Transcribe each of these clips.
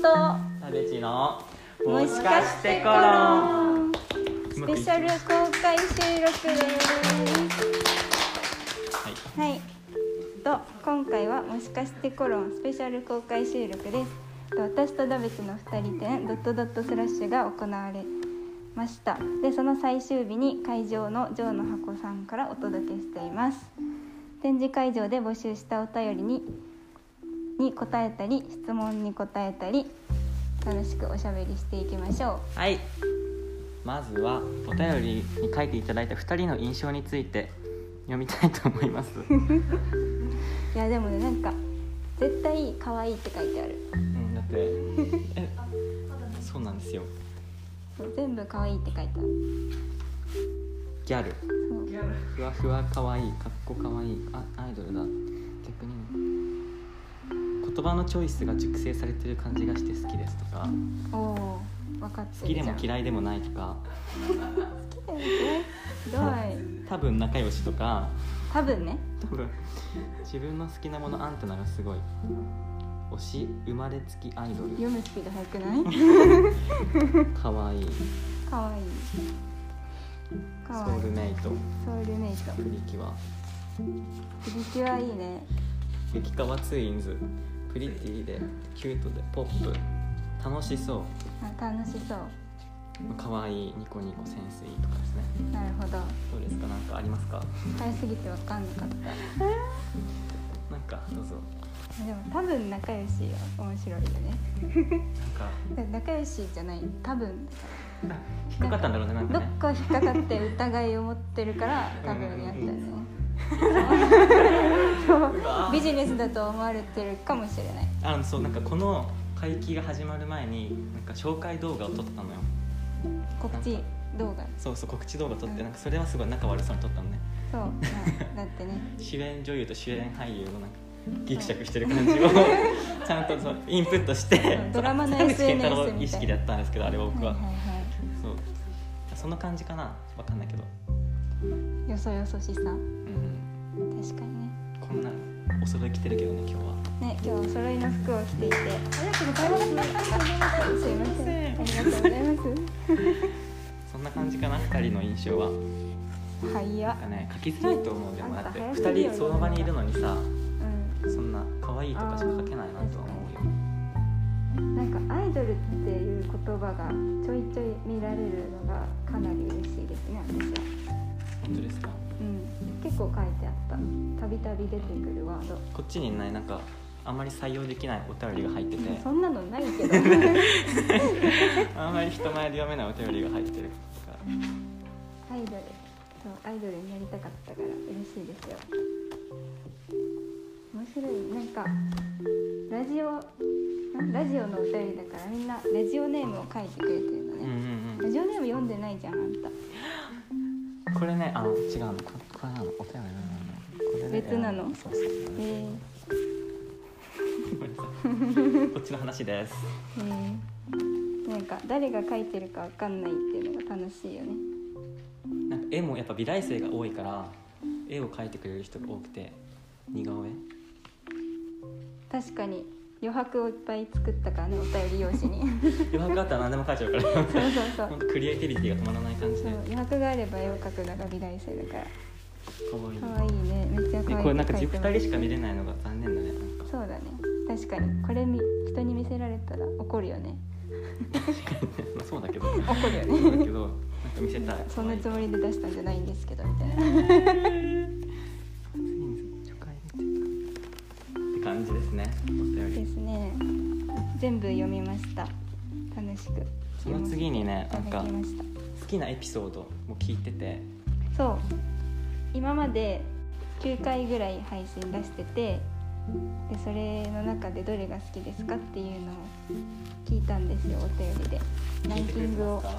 とタデチのもしかしてコロンスペシャル公開収録ですはいはいと今回はもしかしてコロンスペシャル公開収録ですと私とダベツの2人展ドットドットスラッシュが行われましたでその最終日に会場のジョーの箱さんからお届けしています展示会場で募集したお便りにに答えたり質問に答えたり楽しくおしゃべりしていきましょはいまずはお便りに書いていただいた2人の印象について読みたいと思います うういやでもねなんか絶対可愛いって書いてあるんだってえそうなんですよそう全部可愛いって書いてあるギャルそうふわふわかわいいかっこかわいいあアイドルだ逆に言葉のチョイスが熟成されてる感じがして好きですとかおお分かって好きるでじゃもん嫌いでもないとか好きだよねひどい多分仲良しとか多分ね多分自分の好きなものアンテナがすごい推し生まれつきアイドル読むスピード速くない かわいい可愛い可ソ愛ウいルメイトソウルメイトプリキュアプリキュアいいね激カワツインズプリティでキュートでポップ楽しそうあ楽しそうかわいいニコニコセンスいいとかですねなるほどどうですかなんかありますか使いすぎて分かんなかったなんかどうぞでも多分仲良しは面白いよねなんかだから仲良しじゃない多分引っかかったんだろうねなんどかっねか引っかかって疑いを持ってるから多分やったよねそうわビジネスだと思われてるかもしれないあのそうなんかこの会期が始まる前になんか紹介動画を撮ったのよ告知動画そうそう告知動画撮ってなんかそれはすごい仲悪そうに撮ったのねそうまあだってね主演女優と主演俳優のなんかギクシャクしてる感じをちゃんとそうインプットしてドラマのそう田口健 SNS みた太い郎な意識だったんですけどあれは僕は、はいはいはそうその感じかなわかんないけど、いよそよそしさうん、確かにねこんなお揃い着てるけどね今日はね今日お揃いの服を着ていてありがとうございますすいませんありがとうございますそんな感じかな2人の印象ははいやなんかね書きづらいと思うでもあんだたって早く言え2よ人その場にいるのにさうんそんな可愛いとかしか書けないなとは思うよなんかアイドルっていう言葉がちょいちょい見られるのがかなり嬉しいですね私は、本当ですかうん、結構書いてあったたびたび出てくるワードこっちにねなんかあんまり採用できないお便りが入っててそんなのない けどアあんまり人前で読めないお便りが入ってるからイドルそうアイドルになりたかったから嬉しいですよ面白いなんかラジオラジオのお便りだからみんなラジオネームを書いてくれてるのうんうね、んラジオネーム読んでないじゃんあんたうんこれねあの違うのここれなのお便りなのこれね別なのそうそうえーごめんなさいこっちの話ですへえなんか誰が書いてるかわかんないっていうのが楽しいよねなんか絵もやっぱ美大生が多いから絵を描いてくれる人が多くて似 顔絵確かに余白をいっぱい作ったからねお便り用紙に余白あったら何でも描いちゃうからそうそうそう本当クリエイティビティが止まらない感じそでう余白があれば絵を描くのが美大生だから可愛い可愛いねめっちゃ可ね愛いこれなんか描いてます2人しか見れないのが残念だねなんかそうだね確かにこれみ人に見せられたら怒るよね まあそうだ けどそう怒るよねだけどなんか見せたいそんなつもりで出したんじゃないんですけどみたいな初回見てって感じですねお便でりすね全部読みました楽しくその次にねいなんたかだきました好きなエピソードも聞いててそう今まで9回ぐらい配信出しててでそれの中でどれが好きですかっていうのを聞いたんですよお便りでラ聞いンてキくれンてグまをすか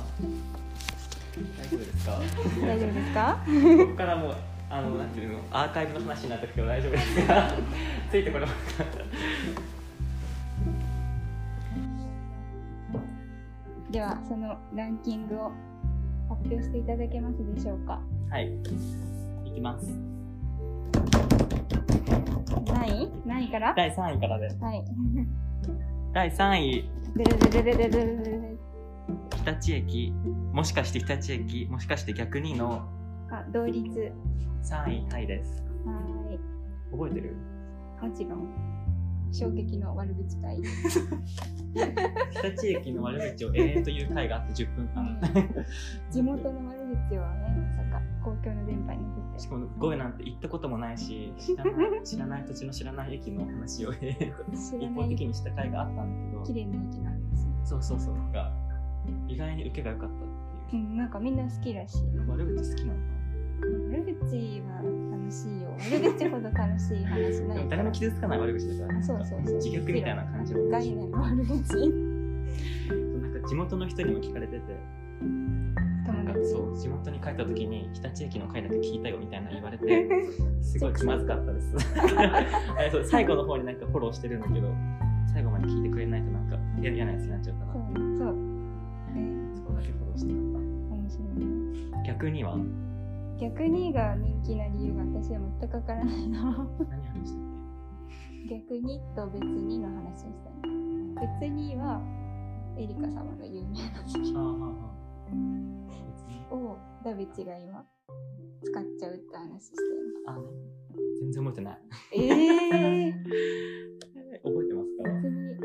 大丈夫ですか大丈夫ですか ここからもうあのなんていうのアーカイブの話になったけど大丈夫ですか ついてこれますかではそのランキングを発表していただけますでしょうかはいいきます何位何位から第3位からではい第3位でるでるでるでるでる日立駅もしかして日立駅もしかして逆にのあ同率3位タイですは覚えてるーいもちろん衝撃の悪口会日立駅の悪口を永遠という回があって10分間 地元の悪口はねまさか公共の電波に乗せしてかも声なんて行ったこともないし知らない知らない土地の知らない駅の話を永遠と知ら一な方的いにした回があったんだ綺けど麗な駅なんですそうそうそうなんか意外に受けが良かったってういんなんかみんな好きらしいうん、悪口好きなのか悪口は楽しいよ悪口ほど楽しい話ななでいも誰も傷つかない悪口だからあそうそうそう自虐みたいな感じを概念の悪口なんか地元の人にも聞かれててなん友 か達そう地元に帰った時に日立駅の回だけ聞いたよみたいな言われてすごい気まずかったです あれそう最後の方になんかフォローしてるんだけど最後まで聞いてくれないとなんか嫌嫌なやつになっちゃうからそうそうねそこだけフォローしてなかっ面白いねた逆には逆にが人気な理由が私は全くわからないの 何話したっ逆にと別にの話をしたい別にはエリカ様の有名なけあああああをダビチが今使っちゃうって話してるああね全然覚えてないええ ー、覚えてますか別に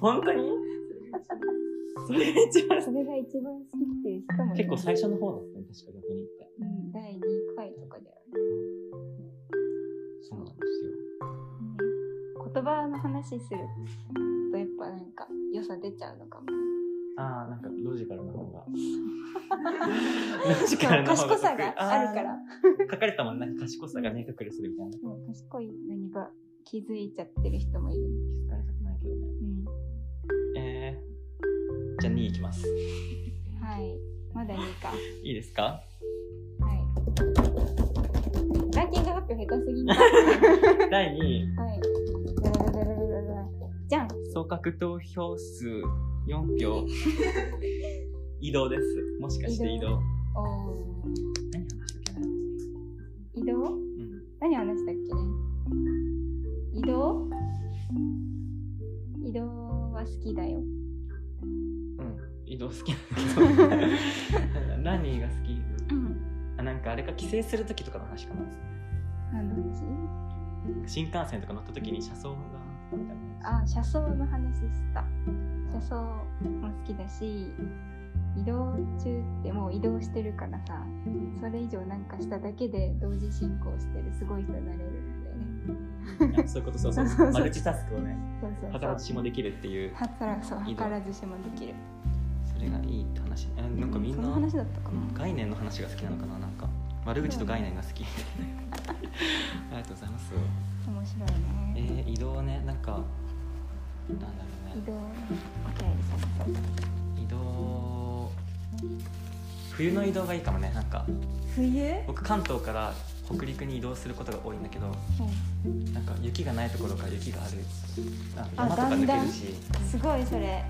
本当にそれが一番それが一番好きっていう人もいる 結構最初の方だったね確か逆に言ってうん、第2回とかであそうなんですよる、言葉の話するとやっぱなんか良さ出ちゃうのかもああ、なんかロジカルな 方が。ロジカルな方賢さがあるから。ー書かれたもんなんか賢さが見え隠れするみたいな。もう賢いのにば気づいちゃってる人もいる、気づかれたくないけどね。うん、えー、じゃあ2位いきます。はいまだいいかはいいですかいランキング発表下手すぎんな第2位、はいダラダラダラダラダラじゃん総獲投票数4票。 移動です。もしかして移移動動。おー何話したっけな移動うん。何話したっけね移動移動は好きだようん。移動好き なんだけど。何が好きうんあ、なんかあれか、帰省するときとかの話かな。何の話新幹線とか乗ったときに車窓が、みたいな。あ車窓の話した車窓も好きだし移動中ってもう移動してるからさそれ以上なんかしただけで同時進行してるすごい人になれるんだよねあそういうこ とそうそうそうマルチタスクをねそうそうそう働きしもできるっていうはたらそう移動図らずしもできるそれがいいって話あなんかみんそのな話だったかな概念の話が好きなのかななんか悪口と概念が好き みたいなありがとうございます面白いえねー、移動ねなんかなんだろう移ね動お便りさんと移動冬の移動がいいかもねなんか冬、うん、僕関東から北陸に移動することが多いんだけどなんか雪がないところから雪があるああ山とか抜だけんだるんしすごいそれへ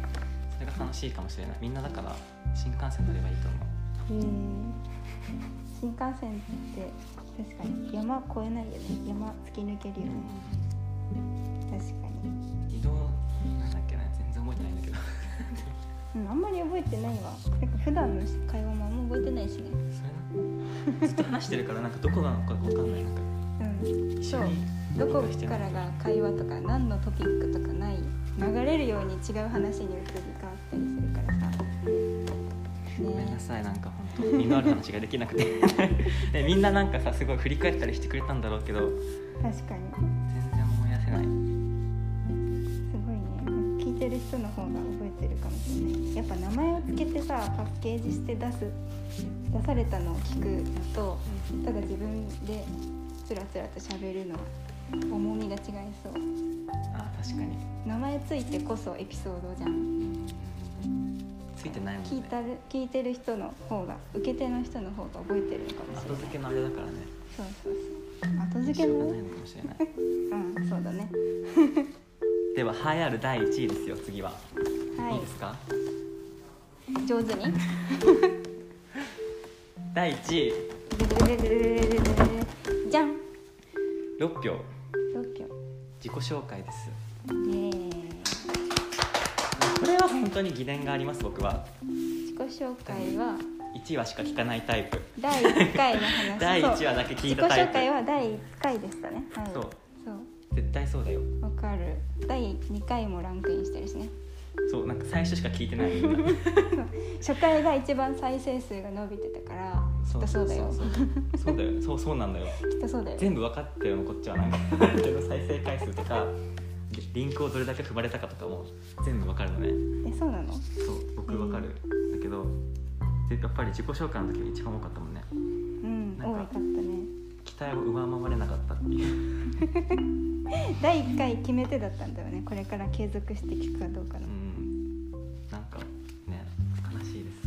それが楽しいかもしれないみんなだから新幹線乗ればいいと思うー新幹線って確かに山越えないよね山突き抜けるよね確かに、移動なんだっけな全然覚えてないんだけど うん、あんまり覚えてないわなんか普段の会話もあんま覚えてないしねそれなずっと話してるからなんかどこなのかわかんないなんかうん一そ緒うにどこ移動してかないらが会話とか何のトピックとかない流れるように違う話に移り変わったりするからさごめんねなさいなんか本当にのある話ができなくて でみんななんかさすごい振り返ったりしてくれたんだろうけど確かに全然思い出せないすごいね聞いてる人の方が覚えてるかもしれないやっぱ名前をつけてさパッケージして出す出されたのを聞くのとただ自分でつらつらと喋るのは重みが違いそうあー確かに名前ついてこそエピソードじゃんついてないもん聞いねたる聞いてる人の方が受け手の人の方が覚えてるのかもしれ後ない付けのあれだからねそうそうそう後付しけょうのがなねいのかもしれないうんそうだねでは栄えある第1位ですよ次は、い、いですはかい上手に 第1位じゃん6票6票自己紹介ですイエーイこれは本当に疑念があります僕は自己紹介 は1話しか聞かないタイプ第1回の話第そう1話だけ聞い自己たタイ紹プ介は第1回でしたね、はい、そそうう絶対そうだよわかる第2回もランクインしてるしねそうなんか最初しか聞いてないみ んな初回が一番再生数が伸びてたからきっとそうだよそうそうだよそうそうなんだよきっとそうだよ全部分かってるのこっちはなんか自分の再生回数とかリンクをどれだけ踏まれたかとかも全部分かるのねえそうなのそう僕分かる、だけどでやっぱり自己紹介の時が一番多かったもんねうんな多んかかったね期待を上回れなかったっていう第1回決め手だったんだよねこれから継続して聞くかどうかうの、んなんかね悲しいです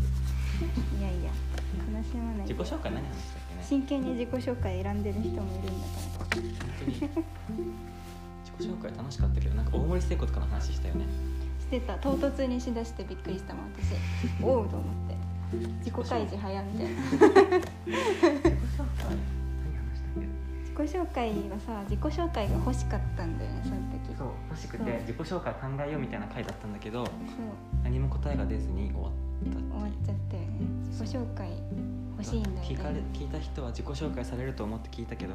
いやいや悲しまない自己紹介何話したっけね真剣に自己紹介選んでる人もいるんだから本当に自己紹介楽しかったけどなんか大森聖子とかの話したよねしてた唐突にしだしてびっくりしたもん私 おうと思って自己開示早みたいな自己紹介何話したっけ自己紹介はさ自己紹介が欲しかったんだよねその時そう欲しくそうて自己紹介考えようみたいな回だったんだけどそう何も答えが出ずに終わったっていう終わっちゃったよね自己紹介欲しいんだ聞かよれね聞いた人は自己紹介されると思って聞いたけど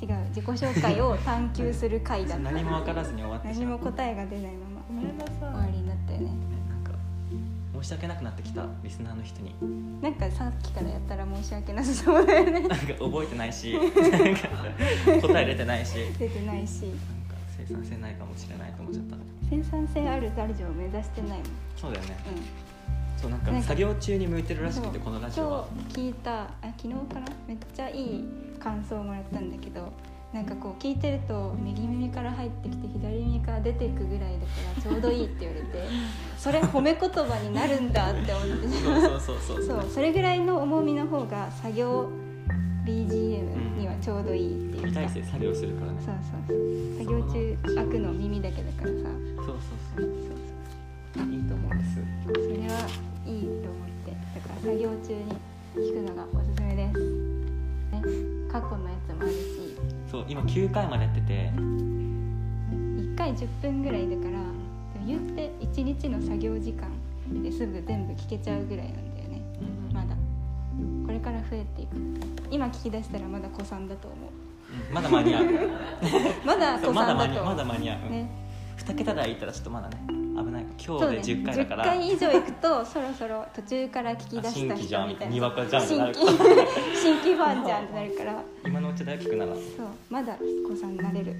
違う自己紹介を探求する回だった何も分からずに終わって何もう答えが出ないままごめんなさい終わりになったよねねなんか申し訳なくなってきたリスナーの人になんかさっきからやったら申し訳なさそうだよ ねなんか覚えてな いしなんか答え出てないしなんか出てないし生産性ないかもしれないと思っちゃった生産性あるラジオを目指してないもん、そうだよねうん、そうなんかなんか作業中に向いてるらしくそてうこのラジオは今日聞いたあ昨日かなめっちゃいい感想をもらったんだけどなんかこう聞いてると右耳から入ってきて左耳から出ていくぐらいだからちょうどいいって言われ てそれ褒め言葉になるんだって思ってそうそうそうそうそうそれぐらいの重みの方が作業 BGM にはちょうどいいってい二うか、体そう制作業するからねそうそう作業中開くの耳だけだからさそうそうそういいと思うんですそれはいいと思ってだから作業中に聞くのがおすすめです、ね、過去のやつもあるしそう今9回までやってて1回10分ぐらいだからでも言って1日の作業時間ですぐ全部聞けちゃうぐらいなんだよねまだこれから増えていく今聞き出したらまだ子さんだと思ううんまだ間 に合うまだそ子うまさだん間だにと合うま思だ間に合う、うね2桁台いったらちょっとまだね危ない今そう日ねで10回だから、 10回以上行くとそろそろ途中から聞き出あ新した規じゃ人んみみたいなたいなにわかじゃんってなる新規 新規ファンじゃんってなるから今のうちだよ聞くならそうまだ子さんになれる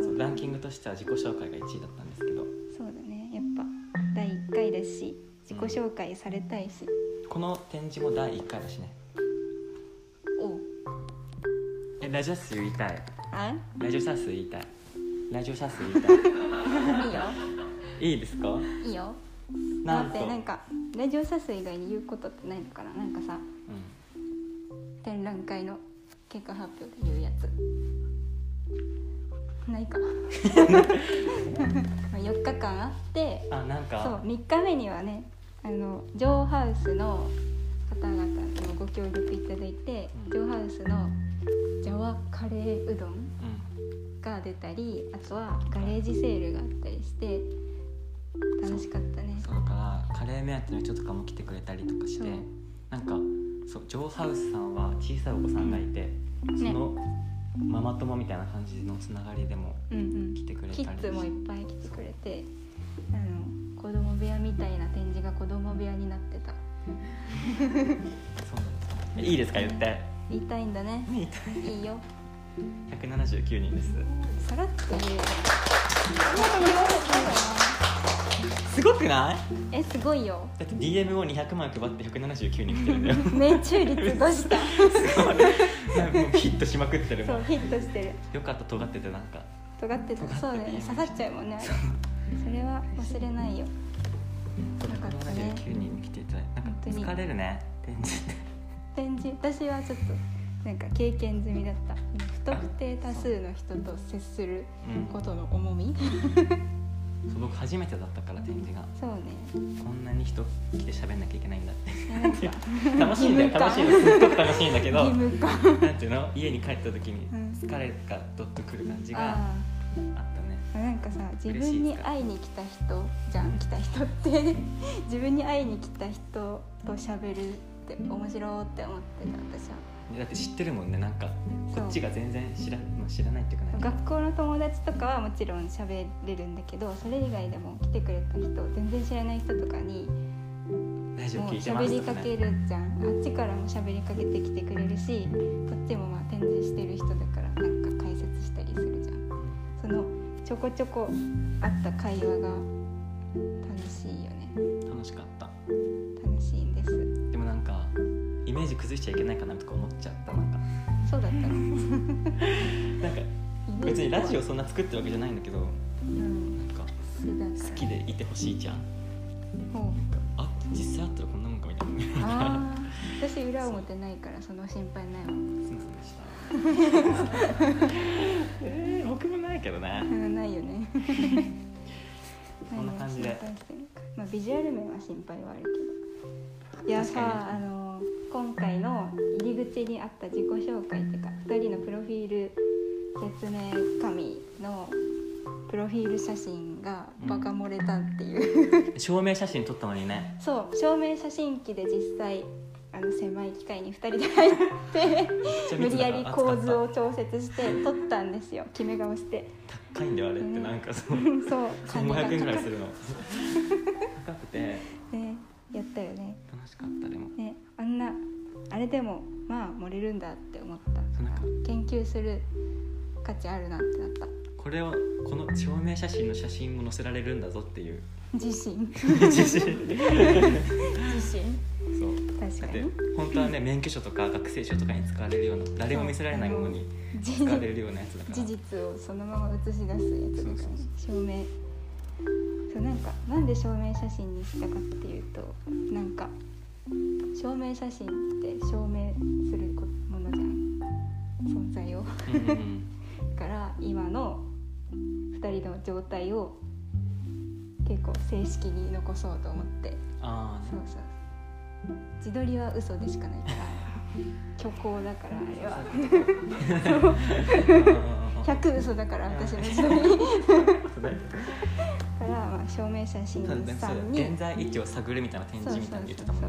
そうランキングとしては自己紹介が1位だったんですけどそうだねやっぱ第1回だし自己紹介されたいし、この展示も第1回だしねおうえラジオ数言いたいあラジオ者数言いたいラジオ者数言いたいいいよいいですか いいよなだんっとてなんかラジオサス以外に言うことってないのかななんかさう展覧会の結果発表で言うやつない かまあ4日間あってん、あなんそうか3日目にはねあのジョーハウスの方々のご協力いただいて、うんジョーハウスのジャワカレーうどんう、ん、が出たりあとはガレージセールがあったりして楽しかったねそうだからカレー目当ての人とかも来てくれたりとかしそてうなんかそうジョーハウスさんは小さいお子さんがいて、そのママ友みたいな感じのつながりでもうんうん来てくれたりキッズもいっぱい来てくれてあの子供部屋みたいな展示が子供部屋になってたそうなんですいいですか言って言いたいんだね言いた いいよ179人ですさらっと言うすごくないえすごいよだって DM を200枚配って179人来てるんだよ 命中率5した もうヒットしまくってるもそうんヒットしてるよかった尖っててなんか尖ってたそうだよね刺さっちゃうもんねあれそれは忘れないよよかったね179人に来ていただいてな本んか当に疲れるね展示 って展示私はちょっとなんか経験済みだった不特定多数の人と接することの重みそう僕初めてだったから展示がそうねこんなに人来て喋んなきゃいけないんだってなんか 楽しいんだよ義務感楽しいのすっごく楽しいん だけ義ど務感なんていうの家に帰った時にうん疲れがどっとくる感じがああったねなんかさ自嬉し分いでにすか会いに来た人じゃん来た人って 自分に会いに来た人と喋るって面白いって思ってた私はだって知ってるもんねなんかそこうっちが全然知らまあ知らないっていうかなんか学校の友達とかはもちろん喋れるんだけどそれ以外でも来てくれた人全然知らない人とかにラジオもう聞いてま喋すりとかかねけるじゃんあっちからも喋りかけてきてくれるしこっちもまあ展示してる人だからなんか解説したりするじゃんそのちょこちょこあった会話が楽しいよね楽しかった楽しいんですでもなんかイメージ崩しちゃいけないかなとか思っちゃったなんかそうだったの なんか別にラジオそんな作ってるわけじゃないんだけどうんなんか好好きでいてほしいじゃんほうあ実際あったらこんなもんかみたいなあー私裏表ないからその心配ないわすいませんでした えー、僕もないけどねうんないよ ねそんな感じ何を心配してるでのか まあ、ビジュアル面は心配はあるけどいや確かにねさあの今回の入り口にあった自己紹介っていうか2人のプロフィール説明紙のプロフィール写真がバカ漏れたっていう、証明写真撮ったのにねそう証明写真機で実際あの狭い機械に2人で入って無理やり構図を調節 して撮ったんですよ決め顔して。高いんだよあれってなんかそのそう、金がかか1500円ぐらいする。 るの高くてね、やったよね。楽しかったでもね、あんな、あれでも、まあ、漏れるんだって思った。そうなんか研究する価値あるなってなった。これをこの証明写真の写真も載せられるんだぞっていう自 信。自信自信。そう確だかってに。本当はね免許証とか学生証とかに使われるような誰も見せられないものに事使われ実るようなやつだから事実をそのまま映し出すやつだからね、証明。そう、なんか、なんで証明写真にしたかっていうと、なんか。証明写真って証明するこものじゃん。存在を。うんうんから今の2人の状態を結構正式に残そうと思ってああそうそう自撮りは嘘でしかないから虚構だからあれは ね100嘘だから私の自撮りそうだよからまあ証明写真そうだよさんに現在位置を探るみたいな展示みたいなの言ってたもんね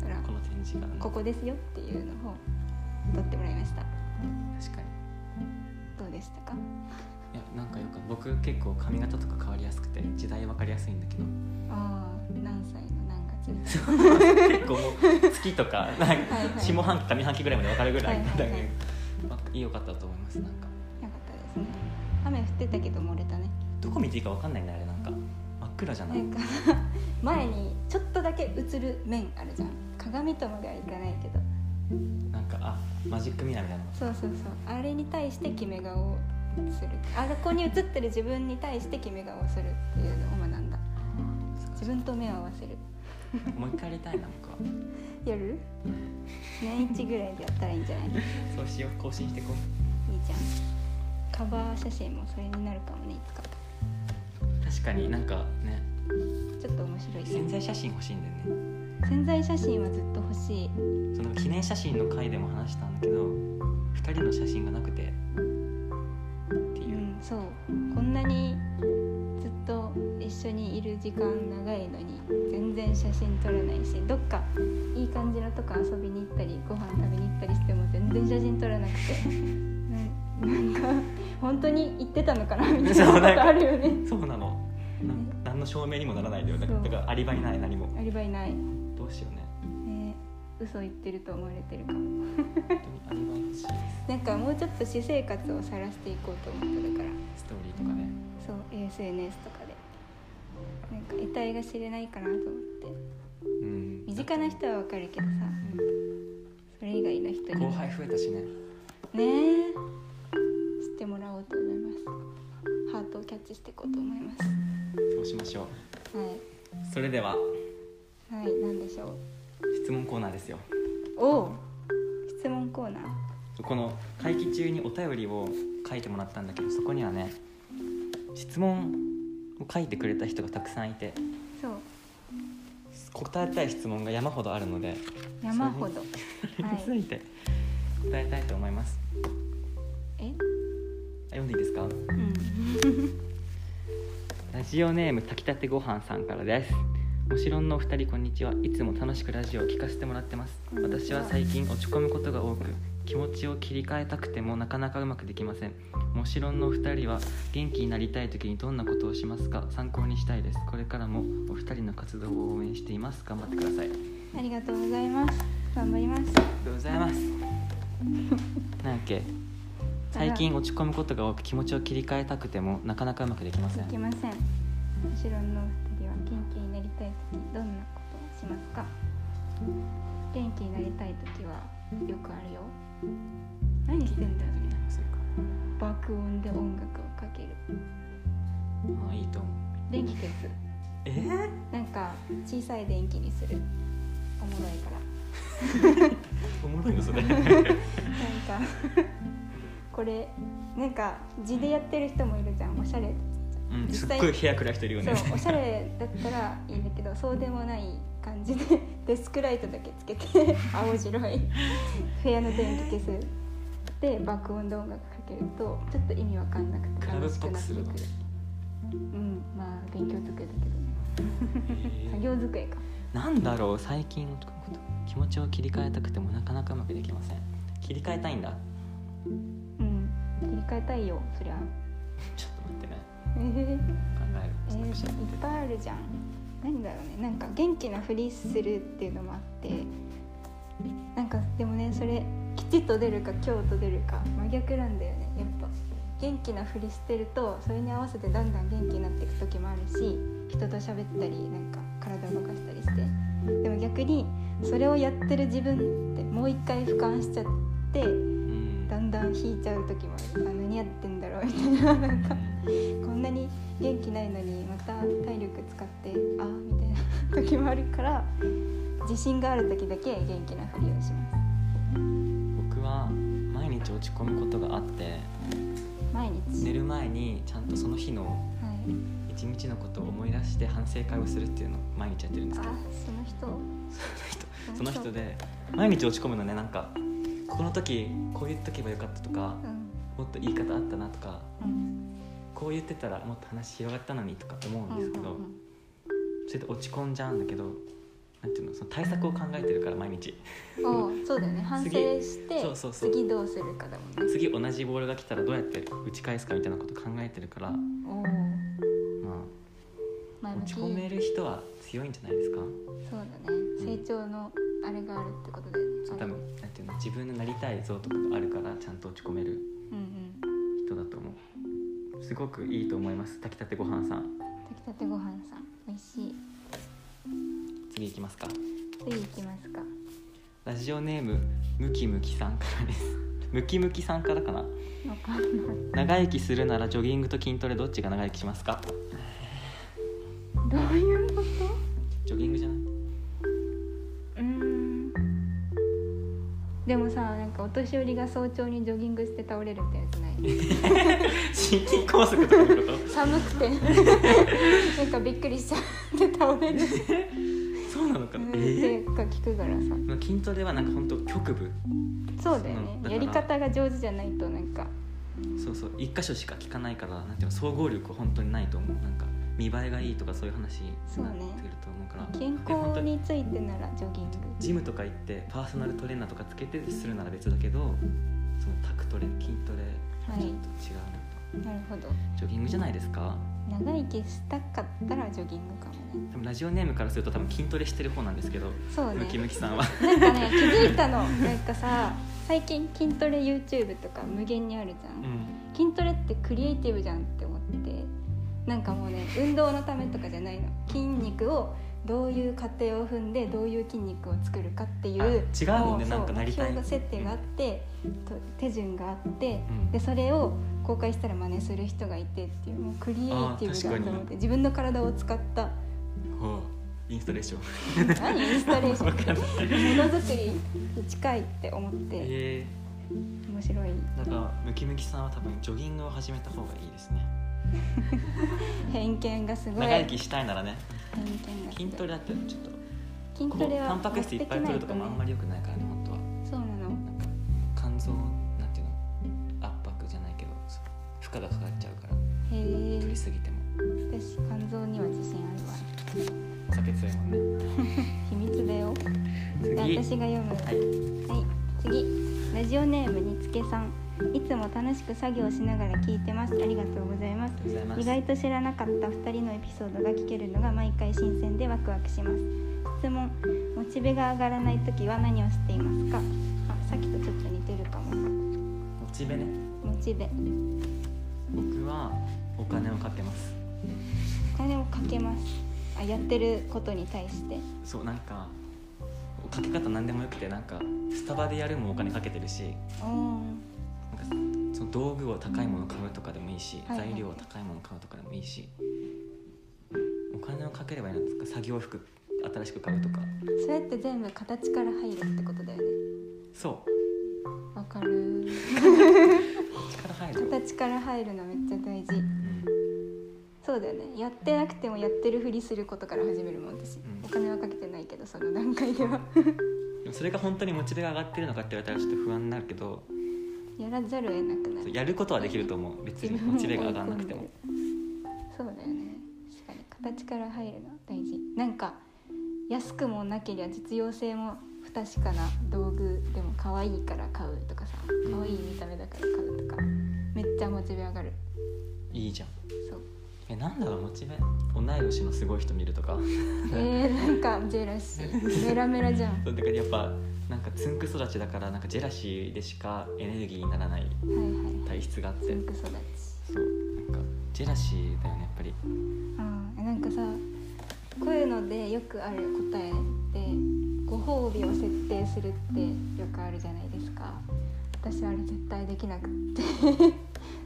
からこの展示が、ね、ここですよっていうのを撮ってもらいました確かにどうでしたかいやなんかよく僕結構髪型とか変わりやすくて時代わかりやすいんだ けどああ何歳の何月結構もう月と かなんかはいはい下半期上半期ぐらいまで分かるぐらいはいだはいはからいまあ良かったと思いますなんよかかったですね雨降ってたけど漏れたねどこ見ていいか分かんないねあれなんか真っ暗じゃなないんか前にちょっとだけ映る面あるじゃん鏡とまではいかないけどなんかあマジックミラーみたいなそうそうそうあれに対して決め顔をするあそこに映ってる自分に対して決め顔をするっていうのを学んだ自分と目を合わせるもう一回やりたいなんか夜年一ぐらいでやったらいいんじゃないいいそうしよう更新してこじゃんカバー写真もそれになるかもねいつかう確かになんかねちょっと面白い宣ね材写真欲しいんだよね潜在写真はずっと欲しいその記念写真の回でも話したんだけど2人の写真がなくてってう、いうんそうこんなにずっと一緒にいる時間長いのに全然写真撮らないしどっかいい感じのとこ遊びに行ったりご飯食べに行ったりしても全然写真撮らなくて なんなんか本当に行ってたのかなみたい な そうこなんとかあるよねそうなのなんか何の証明にもならないんだよだからそうだからアリバイない何もアリバイない、ね、どうしようね嘘言ってると思われてるかも本当にアリバイ欲しいですなんかもうちょっと私生活を晒していこうと思ってたからストーリーとかねそう SNS とかでなんか得体が知れないかなと思ってうん身近な人はわかるけどさそれ以外の人後にね輩増えたしねえ知ってもらおうと思いますハートをキャッチしていこうと思いまそうしましょすうはいそれでははい何でしょう質問コーナーですよおう質問コーナーこの会期中にお便りを書いてもらったんだけどそこにはね質問を書いてくれた人がたくさんいてそう答えたい質問が山ほどあるの で山ほどそれについて答えたいと思います、え読んでいいですかうんラジオネーム炊きたてご飯さんからですもしろんのお二人こんにちはいつも楽しくラジオを聞かせてもらってますこんにち私はは最近落ち込むことが多く気持ちを切り替えたくてもなかなかうまくできませんもしろんのお二人は元気になりたい時にどんなことをしますか参考にしたいですこれからもお二人の活動を応援しています頑張ってくださいありがありがとうございます頑張りますとうございますなんだっけ最近落ち込むことが多く気持ちを切り替えたくてもなかなかうまくできませでんきません後ろのお二人は元気になりたい時どんなことをしますか元気になりたい時はよくあるよ何してんだよ爆音で音楽をかけるああいいと思う電気消すえーなんか小さい電気にするおもろいからおもろいのそれなんか これなんか字でやってる人もいるじゃんおしゃれうん、す実っ際ごい部屋暗い人いるよそねうおしゃれだったらいいんだけ どそうでもない感じで デスクライトだけつけ て青白い部屋の電気消すで爆音で音楽かけるとちょっと意味わかんなくてクラブ楽っしぽくくなってすくるるのうんまあ勉強机だけどねへー作業机かなんだろう最近のこと気持ちを切り替えたくてもなかなかうまくできません切り替えたいんだうん切り替えたいよそりゃちょっと待ってねえー考えるえちょーっといくしゃみっぱいあるじゃん何だろうねなんか元気なふりするっていうのもあってなんかでもねそれ吉と出るか凶と出るか真逆なんだよねやっぱ元気なふりしてるとそれに合わせてだんだん元気になっていく時もあるし人と喋ったりなんか体動かしたりしてでも逆にそれをやってる自分ってもう一回俯瞰しちゃってうんだんだん引いちゃう時もあるあ何やってんだろうみたいななんかこんなに元気ないのにまた体力使ってあーみたいな時もあるから自信がある時だけ元気なふりをします僕は毎日落ち込むことがあって毎日、寝る前にちゃんとその日のはい、一日のことを思い出して反省会をするっていうのを毎日やってるんであすけどその人その人で毎日落ち込むのねなんかこの時こう言っとけばよかったとかうんもっと言い方あったなとかうんこう言ってたらもっと話広がったのにとか思うんうんうですんけど、うんそれで落ち込んじゃうんだけどなんていうのその対策を考えてるから毎日おうそうだよね反省してそうそうそう次どうするかだもんね次同じボールが来たらどうやって打ち返すかみたいなこと考えてるから、まおおあ、前向落きちそう込める人は強いんじゃないですかだね成長のあれがあるってことだよね多分なんていうの自分のなりたい像とかがあるからちゃんと落ち込めるうんうん人だと思うすごくいいと思います炊きたてご飯さん炊きたてご飯さん美味しい次いきますか次行きますかラジオネームムキムキさんからです ムキムキさんからかなわかんない長生きするならジョギングと筋トレどっちが長生きしますかどういうことジョギングじゃないう ーんでもさなんかお年寄りが早朝にジョギングして倒れるみたいなやつない心筋梗塞とかいうこと 寒くてなんかびっくりしちゃって倒れるってそうなのかな、えーか聞くからさまあ筋トレはなんか本当局部そうだよそうなねんだからやり方が上手じゃないとなんかそうそう一箇所しか効かないからなんていうの総合力本当にないと思うなんか見栄えがいいとかそういう話にそうなねってくると思うから健で本当康についてならジョギングジムとか行ってパーソナルトレーナーとかつけてするなら別だけどそのタクトレ筋トレはいちょっと違うなと、なるほどジョギングじゃないですか長生きしたかったらジョギングかもねでもラジオネームからすると多分筋トレしてる方なんですけど、そうムキねムキさんはなんかね気づいたのなんかさ最近筋トレ YouTube とか無限にあるじゃんうん筋トレってクリエイティブじゃんって思ってなんかもうね運動のためとかじゃないの筋肉をどういう過程を踏んでどういう筋肉を作るかっていうあ違うもんねそなんかなりたい目標の設定があってと手順があって、うんでそれを公開したら真似する人がいてっていうもうクリエイティブだと思あ確っかて自分の体を使ったほうインストレーション何インスタレーションわかんないものづくりに近いって思ってえ面白いー、だからムキムキさんは多分ジョギングを始めた方がいいですね偏見がすごい長生きしたいならね偏見がすごい筋トレだってちょっと筋トレはタンパク質いっぱい取るとかもあんまりり良くないからね本当はそうなのなんか肝臓なんていうの圧迫じゃないけどそう負荷がかかっちゃうからへえ取りすぎても私肝臓には自信あるわ酒強いもんね秘密だよ次じゃあ私が読むはいはい、次ラジオネームにつけさんいつも楽しく作業しながら聞いてますありがとうございますありがとうご意ざい外と知らなかった2人のエピソードが聞けるのが毎回新鮮でワクワクします質問モチベが上がらない時は何をしていますかあさっきとちょっと似てるかもますモチベねモチベ僕はお金をかけますお金をかけますあやってることに対してそうなんかかけ方何でもよくてなんかスタバでやるもお金かけてるしおーなんかその道具を高いもの買うとかでもいいし、はいはい材料を高いもの買うとかでもいいしお金をかければいいなとか作業服新しく買うとかそうやって全部形から入るってことだよねそわかるう力入るよ、形から入るのめっちゃ大事うんそうだよねやってなくてもやってるふりすることから始めるもん私、んお金はかけてないけどその段階ではでもそれが本当にモチベが上がってるのかって言われたらちょっと不安になるけどやらざるを得なくなそうるやることはできると思う別 にモチベが上がらなくてもそうだよね確かに形から入るのは大事なんか安くもなけりゃ実用性も不確かな道具でも可愛いから買うとかさ可愛い見た目だから買うとかめっちゃモチベ上がるいいじゃん そうえなんだろうモチベ同い年のすごい人見るとかえー、なんかジェラシーメラメラ じゃんはそうだからやっぱなんかつんく育ちだからなんかジェラシーでしかエネルギーにならないいはい体質があってピンク育ちそうなんかジェラシーだよねやっぱりうん、なんかさこういうのでよくある答えでご褒美を設定するってよくあるじゃないですか私あれ絶対できなくって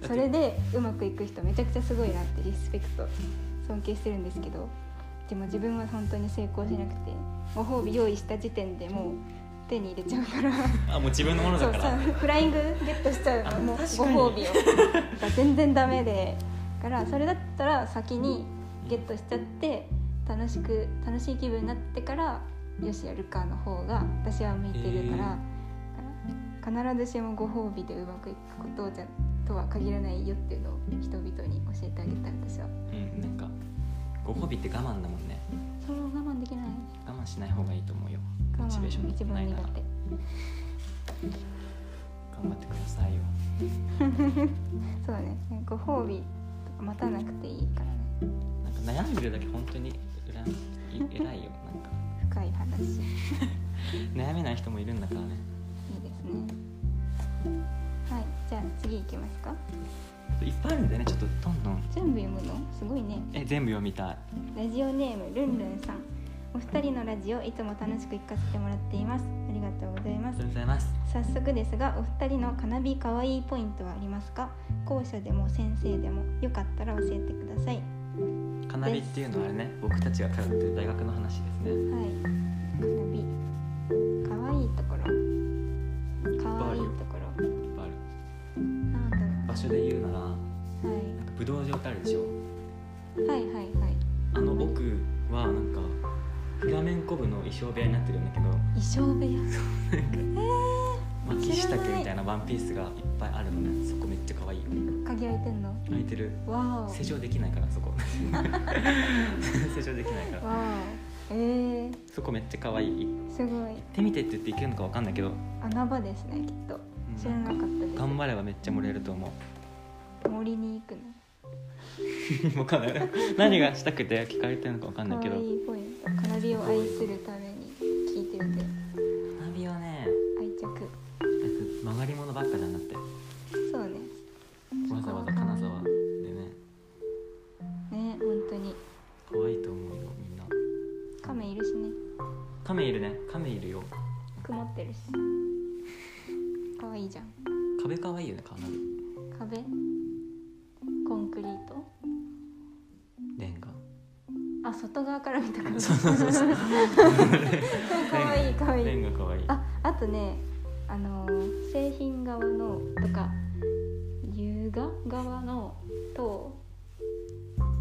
それでうまくいく人めちゃくちゃすごいなってリスペクト尊敬してるんですけどでも自分は本当に成功しなくてご褒美用意した時点でもう手に入れちゃうからあもう自分のものそだうかさらフライングゲットしちゃうあのもうご確かに褒美をだから全然ダメでだからそれだったら先にゲットしちゃって楽しく楽しい気分になってからよしやるかの方が私は向いてるから,、だから必ずしもご褒美でうまくいくことじゃとは限らないよっていうのを人々に教えてあげたい私はうんなんかご褒美って我慢だもんねそれを我慢できない我慢しない方がいいと思うよ我モチベーショ慢ン一な番い苦なら頑手張ってくださいよそうだねご褒美とか待たなくていいからねなんか悩んでるだけ本当に偉い偉いよなんか深い話悩めない人もいるんだからねいいですね。はい、じゃあ次行きますか。いっぱいあるんだよねちょっとどんどん全部読むのすごいね。え全部読みたいラジオネームルンルンさん。お二人のラジオいつも楽しく聞かせてもらっています。ありがとうございまありすがと。うございます早速ですが、お二人のカナビかわいいポイントはありますか？校舎でも先生でもよかったら教えてください。はい。カナビっていうのはあれね僕たちが通ってる大学の話ですねカナビ。かわいいところ。かわいいところ。いっぱいあるなんだろ場所で言うならう。はなんか武道場ってあるでしょい。はいはい はい。あの奥はなんかフラメンコ部の衣装部屋になってるんだけど衣装部屋。巻き下着みたいなワンピースがいっぱいあるのねそこめっちゃ可愛いよ鍵開いてんの。開いてるわお。施錠できないからそ こ施錠できないからわおえー、そこめっちゃ可愛い行すごいってみてって言って行けるのかわかんないけど穴場ですねきっと知らなかったで頑張ればめっちゃ盛れると 思す森に行くのうわかんない 何がしたくて聞かれてるのかわかんないけかどわいいポイントカナビを愛するために聞いてるんで花火はね愛着なんか曲がり物ばっかじゃなくてそうねわざわざ金沢でねね本当に可愛いと思うよみんなカメいるしねカメいるねカメいるよ曇ってるし可愛いじゃん壁可愛いよねかなり壁コンクリートレンガあ外側から見た感じそうそうそうそう 可愛い可愛いレンガ可愛いああとねあのー製品側のとか優雅側の塔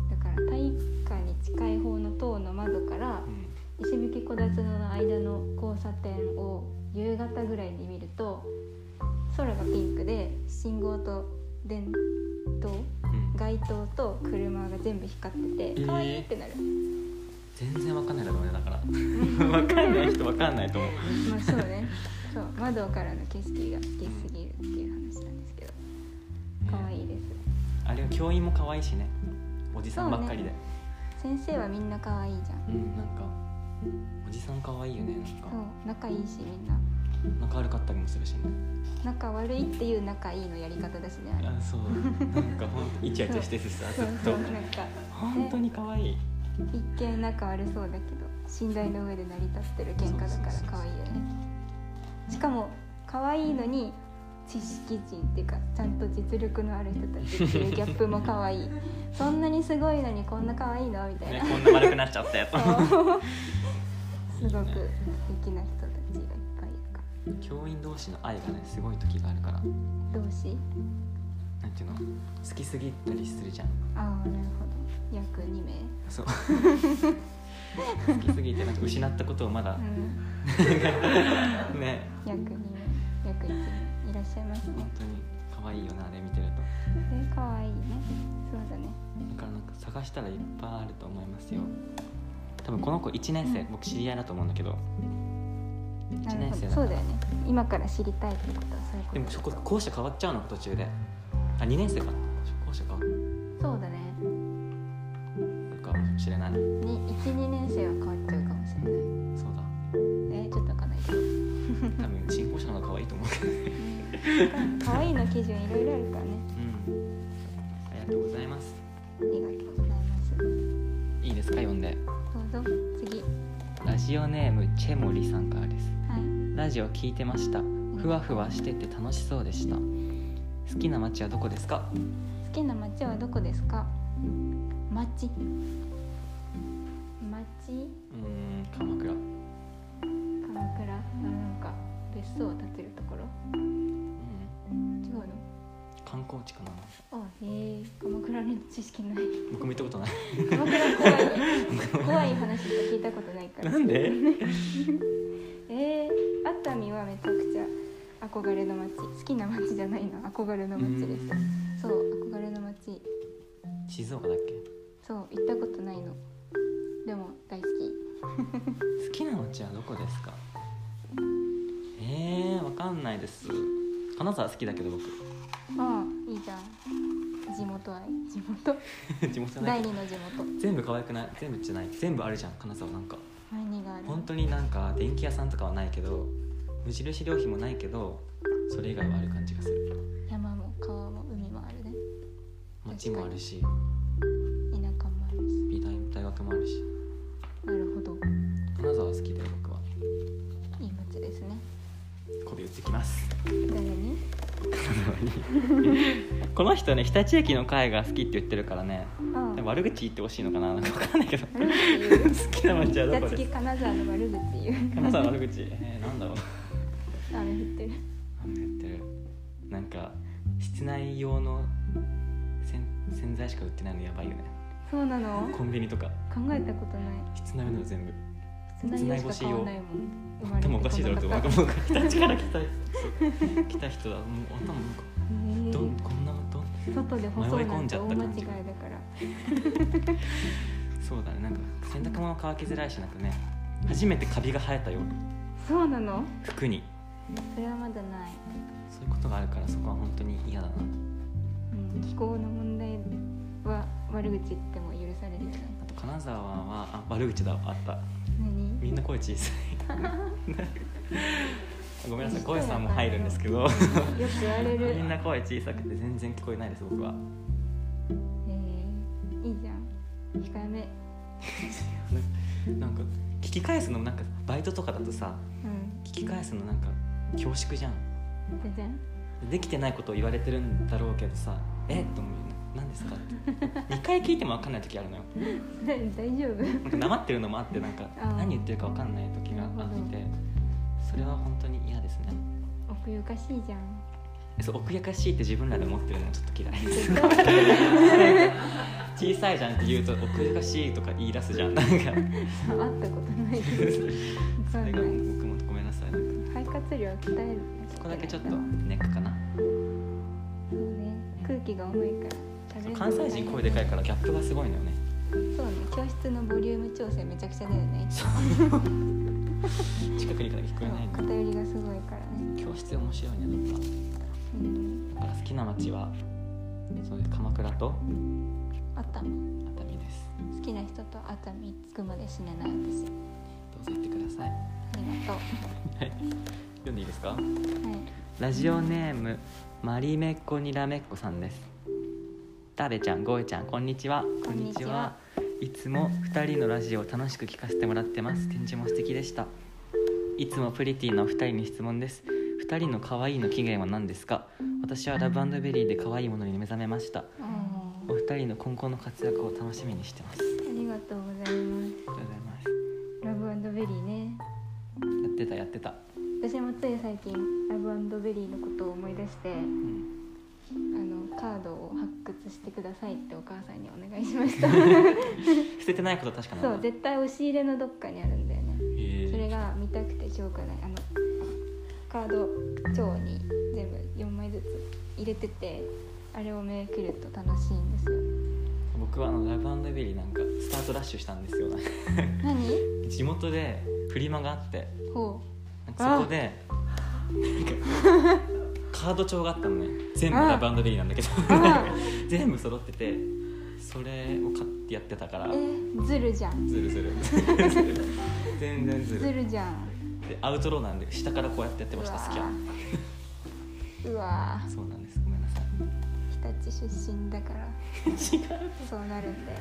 だから体育館に近い方の塔の窓からうん石吹小達野の間の交差点を夕方ぐらいで見ると空がピンクで信号と電灯うん街灯と車が全部光っててえー可愛いってなる、全然わかんないだろうねだから わかんない人わかんないと思うまあそうねそう窓からの景色が好きすぎるっていう話なんですけど可愛いですあれは教員も可愛いしねおじさんばっかりでう,、先生はみんな可愛いじゃんんなんかおじさん可愛いよねなそんかう仲いいしみんな仲悪かったりもするしね仲悪いっていう仲いいのやり方だしねあれあそうなんかほんとイチャイチャしててさずそっうそとうなんか本当に可愛い一見仲悪そうだけど信頼の上で成り立ってる喧嘩だから可愛いよねしかも可愛いのに知識人っていうかちゃんと実力のある人たちっていうギャップも可愛いそんなにすごいのにこんな可愛いのみたいねな、こんな丸くなっちゃったやつ そうすごくいい素敵ねな人たちがいっぱいいるか教員同士の愛がねすごい時があるからら同志なんていうの好きすぎたりするじゃんああなるほど約2名 そう好きすぎてなんか失ったことをまだう、ん ね約2名約1名いらっしゃいますね本当に可愛いよなあれ見てるとで可愛いねそうだねだからなんか探したらいっぱいあると思いますよ多分この子1年生、うん僕知り合いだと思うんだけどな1る年ほどそう生だからだよね今から知りたいってことはそういうことでもそこ校舎変わっちゃうの途中であ2年生か校舎かそうだねかもしれないそう12年生は変わっちゃうかもしれなだいえーちょっとわかんないけど多分新校舎の方が可愛いと思うけどうん可愛いの基準いろいろあるからねうんありがとうございますありがとうございますいいですか読んでどうぞ次はラジオネームチェモリさんからでいすラジオ聞いてましたふわふわしてて楽しそうでした好きな街はどこですか好きな街はどこですか街街うーん鎌倉うん鎌倉のなんか別荘を建てるところ違うの観光地かなあへえ鎌倉の知識 ない僕も行ったことない 鎌倉怖い怖い話しか聞いたことないからなんでえー、熱海はめちゃくちゃ憧れの街好きな街じゃないな憧れの街ですそう憧れの街静岡だっけそう行ったことないのでも大好き好きな街はどこですかえー、わかんないです金沢好きだけど僕 ああいいじゃん地元愛地元地元じゃな第い二の地元全部可愛くない全部じゃない全部あるじゃん金沢なんか何がある本当になんか電気屋さんとかはないけど無印良品もないけどそれ以外はある感じがする山も川も海もあるね街もあるし田舎もあるし美大大学もあるしなるほど金沢好きで僕はいい街ですね媚び打ってきます誰にこの人ね日立駅の会が好きって言ってるからねああ悪口言ってほしい のかななんか分かんないけど悪口言う好きな街はじゃどあこで次すか金沢の悪口言う金沢の悪口えー、なんだろう雨降ってる雨降ってるなんか室内用の洗洗剤しか売ってないのやばいよねそうなのコンビニとか考えたことない室内の全部室内用しか買わないもん生まれて頭おかしいだろうとこななんかっかもう日立から来た 来た人はもう頭なんかたへえどんこんなどん外で細い迷い込なんてんじゃ大った間違感いじだからそうだねなんか洗濯物乾きづらいしなんかね初めてカビが生えたよそうなの服にそれはまだない、そういうことがあるからそこは本当に嫌だなうん、気候の問題は悪口言っても許されるよねあと金沢はあ悪口だあった何みんな声小さい ごめんなさい声さんも入るんですけどよく言われるみんな声小さくて全然聞こえないです僕はえーいいじゃん控えめなんか聞き返すのもなんかバイトとかだとさうん聞き返すのなんか恐縮じゃん全然できてないことを言われてるんだろうけどさえっと思うよね何ですかって2回聞いても分かんない時あるのよ大丈夫なんか黙ってるのもあってなんかあー何言ってるか分かんない時があなるほっどてそれは本当に嫌ですね奥ゆかしいじゃんえそう奥やかしいって自分らで思ってるのはちょっと嫌いです小さいじゃんって言うと奥やかしいとか言い出すじゃんなんかそう会ったことないそけどわかんれながい僕もごめんなさいなんか肺活量鍛えるそこだけちょっとネックかなそうね空気息が重いから食べるの関西人声でかいからギャップがすごいのよねそうね教室のボリューム調整めちゃくちゃだよね 近くにいから聞こえないの偏りがすごいからね、教室面白いねやっうん、ぱだから好きな街はそういう鎌倉と熱海熱海です好きな人と熱海着くまで死ねない私どうぞ行ってくださいありがと読んでいいですかう、はいラジオネームマリメッコにらめっこさんですダベちゃんゴエちゃんこんにちはこんにちはいつも2人のラジオを楽しく聞かせてもらってます展示も素敵でしたいつもプリティのお二人に質問です2人の可愛いの起源は何ですか私はラブベリーで可愛いものに目覚めましたあお二人の今後の活躍を楽しみにしてますありーありがとうございますがとうございますラブベリーねやってたやってた、私もつい最近ラブベリーのことを思い出してうん、あのカードを発掘してくださいってお母さんにお願いしま した捨ててないことは確かなそいう絶対押し入れのどっかにあるんだよねへーそれが見たくてしょうがないあのカード帳に全部4枚ずつ入れててあれをめくると楽しいんですよ僕はあのラブベリーなんかスタートダッシュしたんですよなんか何地元でフリマがあってほなんかそこで なんかカード帳があったのね全部あラブベリーなんだけどう あ全部揃っててそれを買ってやってたからえーずるじゃんずるず る全然ずずるるじゃんでアウトローなんで下からこうやってやってました好きはうわそうなんですごめんなさいー日立出身だから違うそうなるんだよ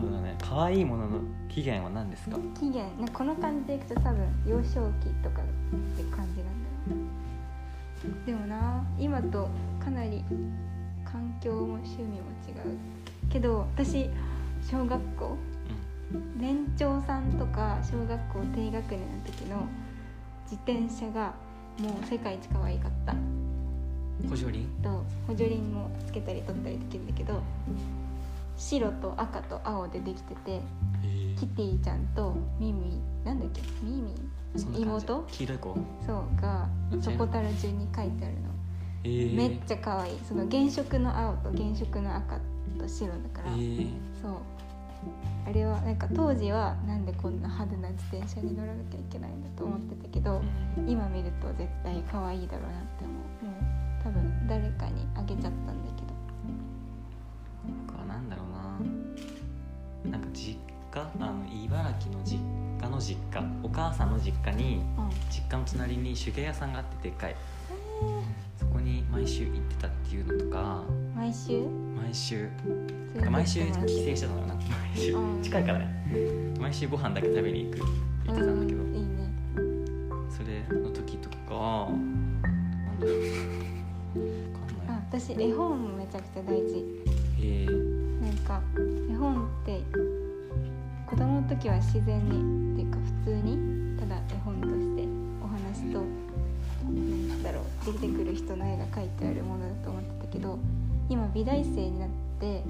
そうだね可愛いものの起源は何ですか期限なんかこの感じでいくと多分幼少期とかって感じなんだろうでもな今とかなり環境も趣味も違うけど私小学校年長さんとか小学校低学年の時の自転車がもう世界一可愛かったうん補助輪と補助輪もつけたり取ったりできるんだけど白と赤と青でできててキティちゃんとミミなんだっけミミそんな感じ妹黄色い子そうがチョコタロ中に書いてあるの、えーめっちゃ可愛いその原色の青と原色の赤と白だから、えーそうあれはなんか当時はなんでこんな派手な自転車に乗らなきゃいけないんだと思ってたけど、うん今見ると絶対可愛いだろうなって思うもう多分誰かにあげちゃったんだけど僕はなんだろうななんか実家あの茨城の実家の実家お母さんの実家にうん実家の隣に手芸屋さんがあってでっかいそこに毎週行ってたっていうのとか毎週毎週連れてなんってもらか毎っ週て帰省してたのかな毎週うん近いからね毎週ご飯だけ食べに行く行ってたんだけどうんいいねそれの時とかなんだろうわかんないあ私絵本もめちゃくちゃ大事えーなんか絵本って子供の時は自然にっていうか普通にただ絵本としてお話と何だろう出てくる人の絵が描いてあるものだと思ってたけど今美大生になって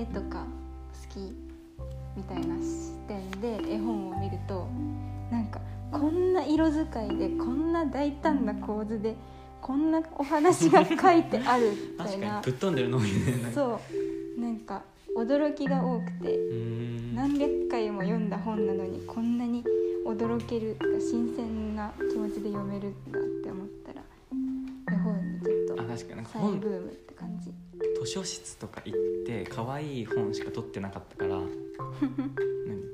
絵とか好きみたいな視点で絵本を見るとなんかこんな色使いでこんな大胆な構図でこんなお話が書いてあるみたい確かなにぶっ飛んでるの 多いねなんかそうなんか驚きが多くてうーん何百回も読んだ本なのにこんなに驚ける新鮮な気持ちで読めるんだって思ったら絵本にちょっあと確かになんか再ブ本ームって感じ図書室とか行って可愛い本しか取ってなかったから何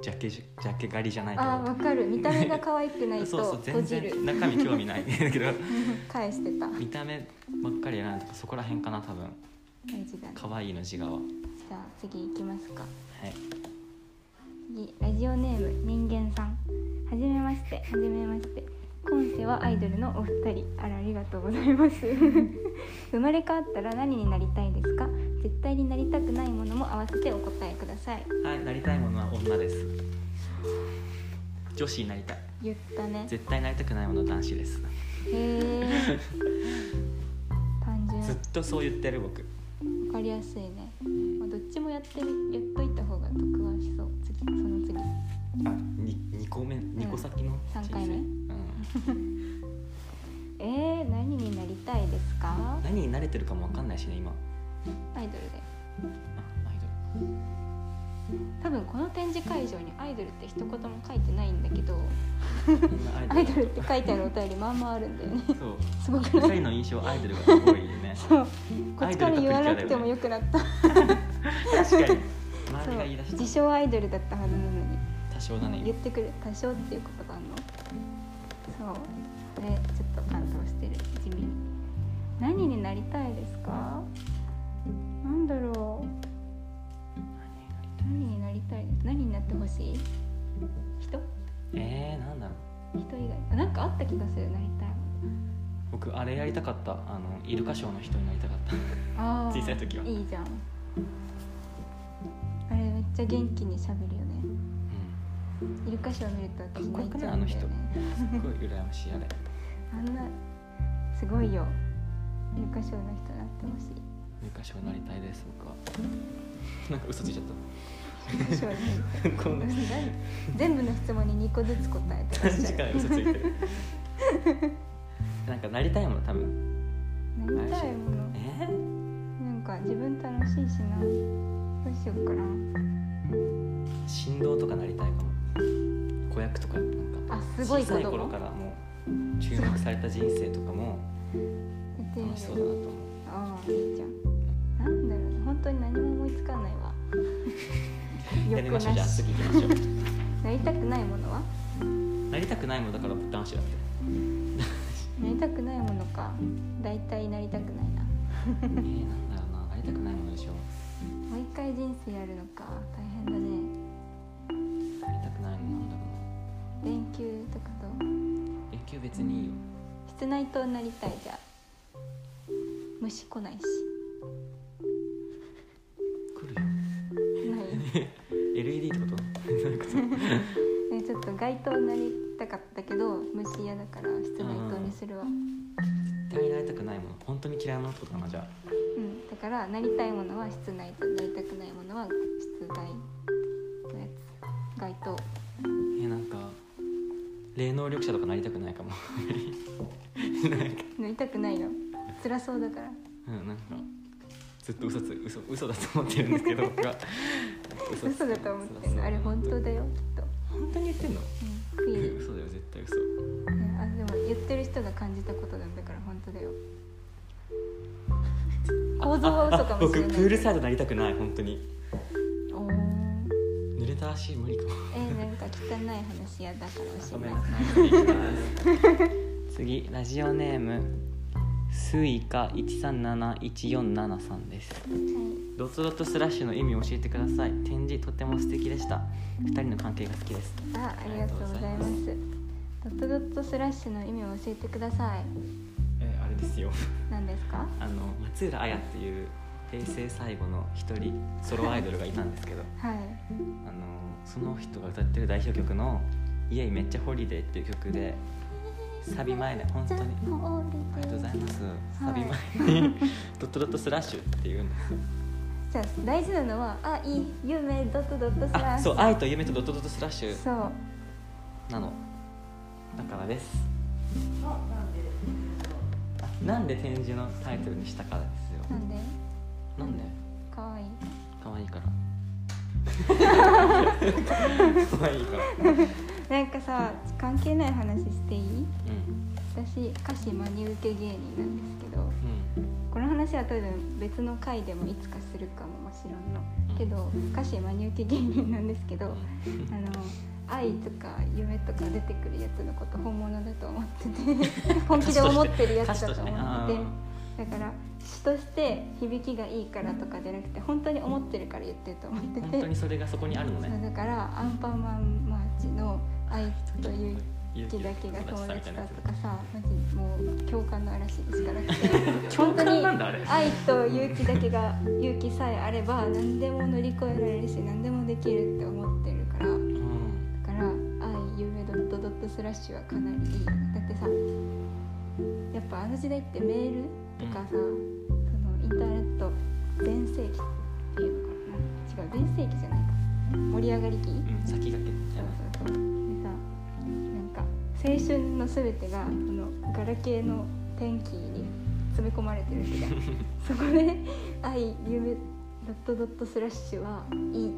ジャケジャケ狩りじゃないけあーわかる見た目が可愛くないどと そうそう閉全じる 然中身興味ないだけど返してた見た目ばっかり選んだとかそこら辺かな多分大事だね可愛いの字側はじゃあ次行きますかい次ラジオネーム人間さんはじめましてはじめまして今世はアイドルのお二人あらありがとうございます 生まれ変わったら何になりたいですか絶対になりたくないものも合わせてお答えくださいはいなりたいものは女です女子になりたい言ったねへ絶対なりたくないものは男子ですえ単純ずっとそう言ってる僕わかりやすいね、まあ、どっちもやってみやっといた方が得はしそう次その次あに二個目二個先の人生三回目うんえー、何になりたいですかな何に慣れてるかもわかんないしね今アイドルであアイドル多分この展示会場にアイドルって一言も書いてないんだけどみんなアイドアイドルルって書いてあるお便りまあまああるんだよ ねそうすごく二ない人の印象アイドルがすごいよねそうこっちから言わなくてもよくな った、確かに周そりうが言い出自した称アイドルだったはずなのに多少だね言ってくる多少っていうことがあるのそうそれちょっと感動してる地味に何になりたいですかなんだろう何になりたいです何になってほしい人えー、なんだろう人以外あなんかあった気がするなりたいもの僕あれやりたかったあのイルカショーの人になりたかったあー小さい時はいいじゃんあれめっちゃ元気にしゃべるよねうんイルカショー見ると私泣いちゃかっこよくないあうんのだよ人ねすっごい羨ましいあれあんなすごいよイルカショーの人になってほしいイルカショーになりたいです僕はなんか嘘ついちゃっそうね たこんな全部の質問に2個ずつ答えてらっ確しかゃにる嘘ついてるなんかなりたいもの多分なりたいものえなんか自分楽しいしなどうしようかなー、振動とかなりたいかも子役とかなんかあすごい子供小さい頃からもう注目された人生とかもやってみ楽しそうだなると思うああいいじゃんなんだろうね本当に何も思いつかないわ やりま欲しょうじゃあし次行きましょうなりたくないものはなりたくないもんだから男子だってなりたくないものか大体なりたくないなえー、なんだろうななりたくないものでしょもう一回人生やるのか大変だねなりたくないものなんだろ連休とかとうな野球別にいいよ室内灯になりたいじゃあ虫来 ないし来るよない LED ってことねちょっと街灯になりたかったけど虫嫌だから室内灯にするわうん、絶対になりたくないもの本当に嫌いなものってことかなじゃあだからなりたいものは室内灯なりたくないものは室外のやつ街灯えー、なんか霊能力者とかなりたくないかもなりたくないの辛そうだからうんなんかずっと嘘つ嘘嘘だと思ってるんで すけど僕は嘘つ嘘だと思ってるのあれ本当だよきっと、本当に言ってんのうん、クイーン嘘だよ絶対嘘ねあでも言ってる人が感じたことなんだから本当だよ構造は嘘かもしれ僕ないプールサイドなりたくない本当におー濡れた足無理かもえー、なんか汚い話嫌だからおしごめんまないさい次ラジオネームスイカ一三七一四七三です。はいドットドットスラッシュの意味を教えてください。展示とても素敵でした。二人の関係が好きです。あ、ありがとうございます。ドットドットスラッシュの意味を教えてください。えーあれですよ。何ですか？あの松浦綾っていう平成最後の一人ソロアイドルがいたんですけ ど、はい。あのその人が歌ってる代表曲のイエイめっちゃホリデーっていう曲でサビ前で本当に。ありがとうございます。サビ前に ドットドットスラッシュっていうんですよ。じゃあ大事なのは、あ、いい夢ドットドットスラッあ、シュ。そう愛と夢とドットドットスラッシュそう。なの。だからです。あなんで展示のタイトルにしたからですなよ。んで？なんで？可愛い可愛いから。可愛いから。なんかさ、関係ない話していい？うん。私歌詞真に受け芸人なんですけど、うん。この話は多分別の回でもいつかするかももちろんの。けど歌詞真に受け芸人なんですけど。あの愛とか夢とか出てくるやつのこと本物だと思ってて 本気で思ってるやつだと思っててだから詩として響きがいいからとかじゃなくて本当に思ってるから言ってると思って本て、当にそれがそこにあるのそねう。だからアンパンマンマーチの愛という勇気だ気けが友友達達さみたいなだやとつかさマジもう共感の嵐でしかなくて 共感なんだあれ本当に愛と勇気だけが勇気さえあれば何でも乗り越えられるし何でもできるって思ってるから。うん。だから「愛夢ドットドットスラッシュ」はかなりいいよねだってさやっぱあの時代ってメールとかさ、そのインターネット全盛期っていうのかな違う全盛期じゃないか盛り上がり期そううん。先駆けみたいな。そうそうでさなんか青春の全てがそのガラケーの天気に詰め込まれてるけどそこで「愛夢ドットドットスラッシュ」はいい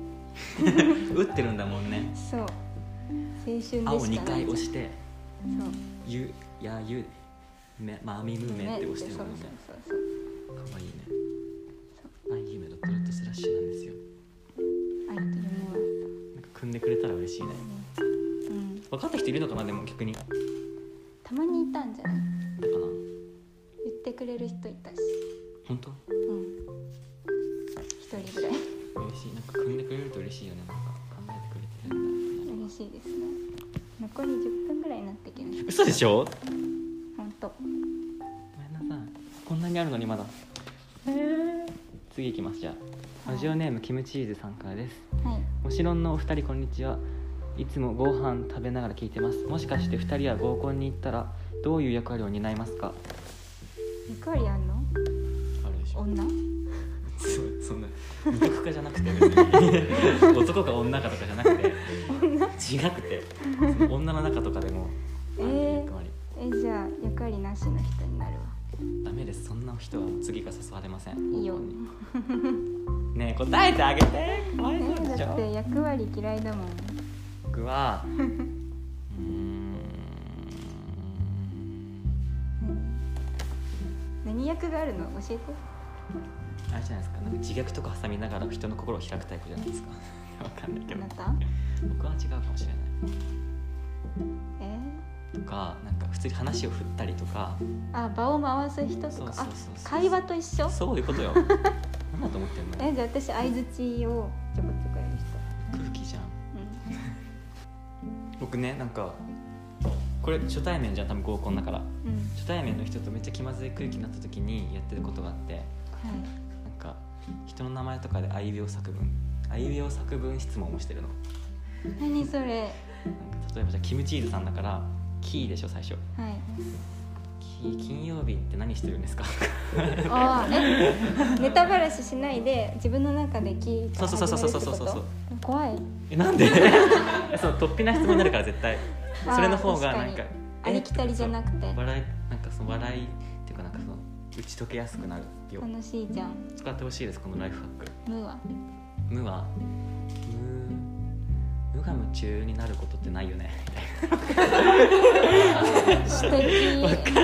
打ってるんだもんねそう青春でしかない青2回押してそう「ゆ」や「ゆ」め「まみむめ」って押してるもんそうねそうそうそうかわいいねあい夢ドットドットスラッシュなんですよ愛と夢はなんか組んでくれたら嬉しいねさ、うん、分かった人いるのかなでも逆にだかたまにいたんじゃないな言ってくれる人いたし本当うん一人ぐらい嬉しいなんか組んでくれると嬉しいよねなんか考えてくれてるんだ嬉しいですね残り10分ぐらいになってきまし嘘でしょた本当ごめんなさいこんなにあるのにまだ次行きますじゃあラジオネームキムチーズさんからですはいもしろんのお二人こんにちはいつもご飯食べながら聞いてますもしかして二人は合コンに行ったらどういう役割を担いますか役割あんのあるでし女そそんな二極化じゃなくて別に男か女かとかじゃなく て違くてその女の中とかでもえあるー役割えじゃあ役割なしの人になるわダメですそんな人は次が誘われませんいいよ合コンにねえ答えてあげてかわいそうえでしだっょて役割嫌いだもん僕はうーん何役があるの教えてあれじゃないですかなんか自虐とか挟みながら人の心を開くタイプじゃないですか わかんないけあどなた僕は違うかもしれないえとかなんか普通に話を振ったりとかあ場を回す人とかそうそうあそうそう会話と一緒そういうことよなんだと思ってんのえじゃあ私相づちをちょこちょこやる空気じゃん人僕ねなんかこれ初対面じゃん多分合コンだからうん、うん、初対面の人とめっちゃ気まずい空気になった時にやってることがあってはいなんか人の名前とかであいうえお作文あいうえお作文質問をしてるの何それなんか例えばじゃあキムチーズさんだからキーでしょ最初 はいキー金曜日って何してるんですか あーえネタバラシしないで自分の中で聞いてそうそうそうそうそうそうそう怖いえなん でそう突飛な質問になるから絶対あーそれの方がなん確かかにありきたりじゃなくてそう笑いなんかその笑いっていうかなんかその打ち解けやすくなるよ楽しいじゃん使ってほしいですこのライフハック無 は無は無無我夢中になることってないよね素敵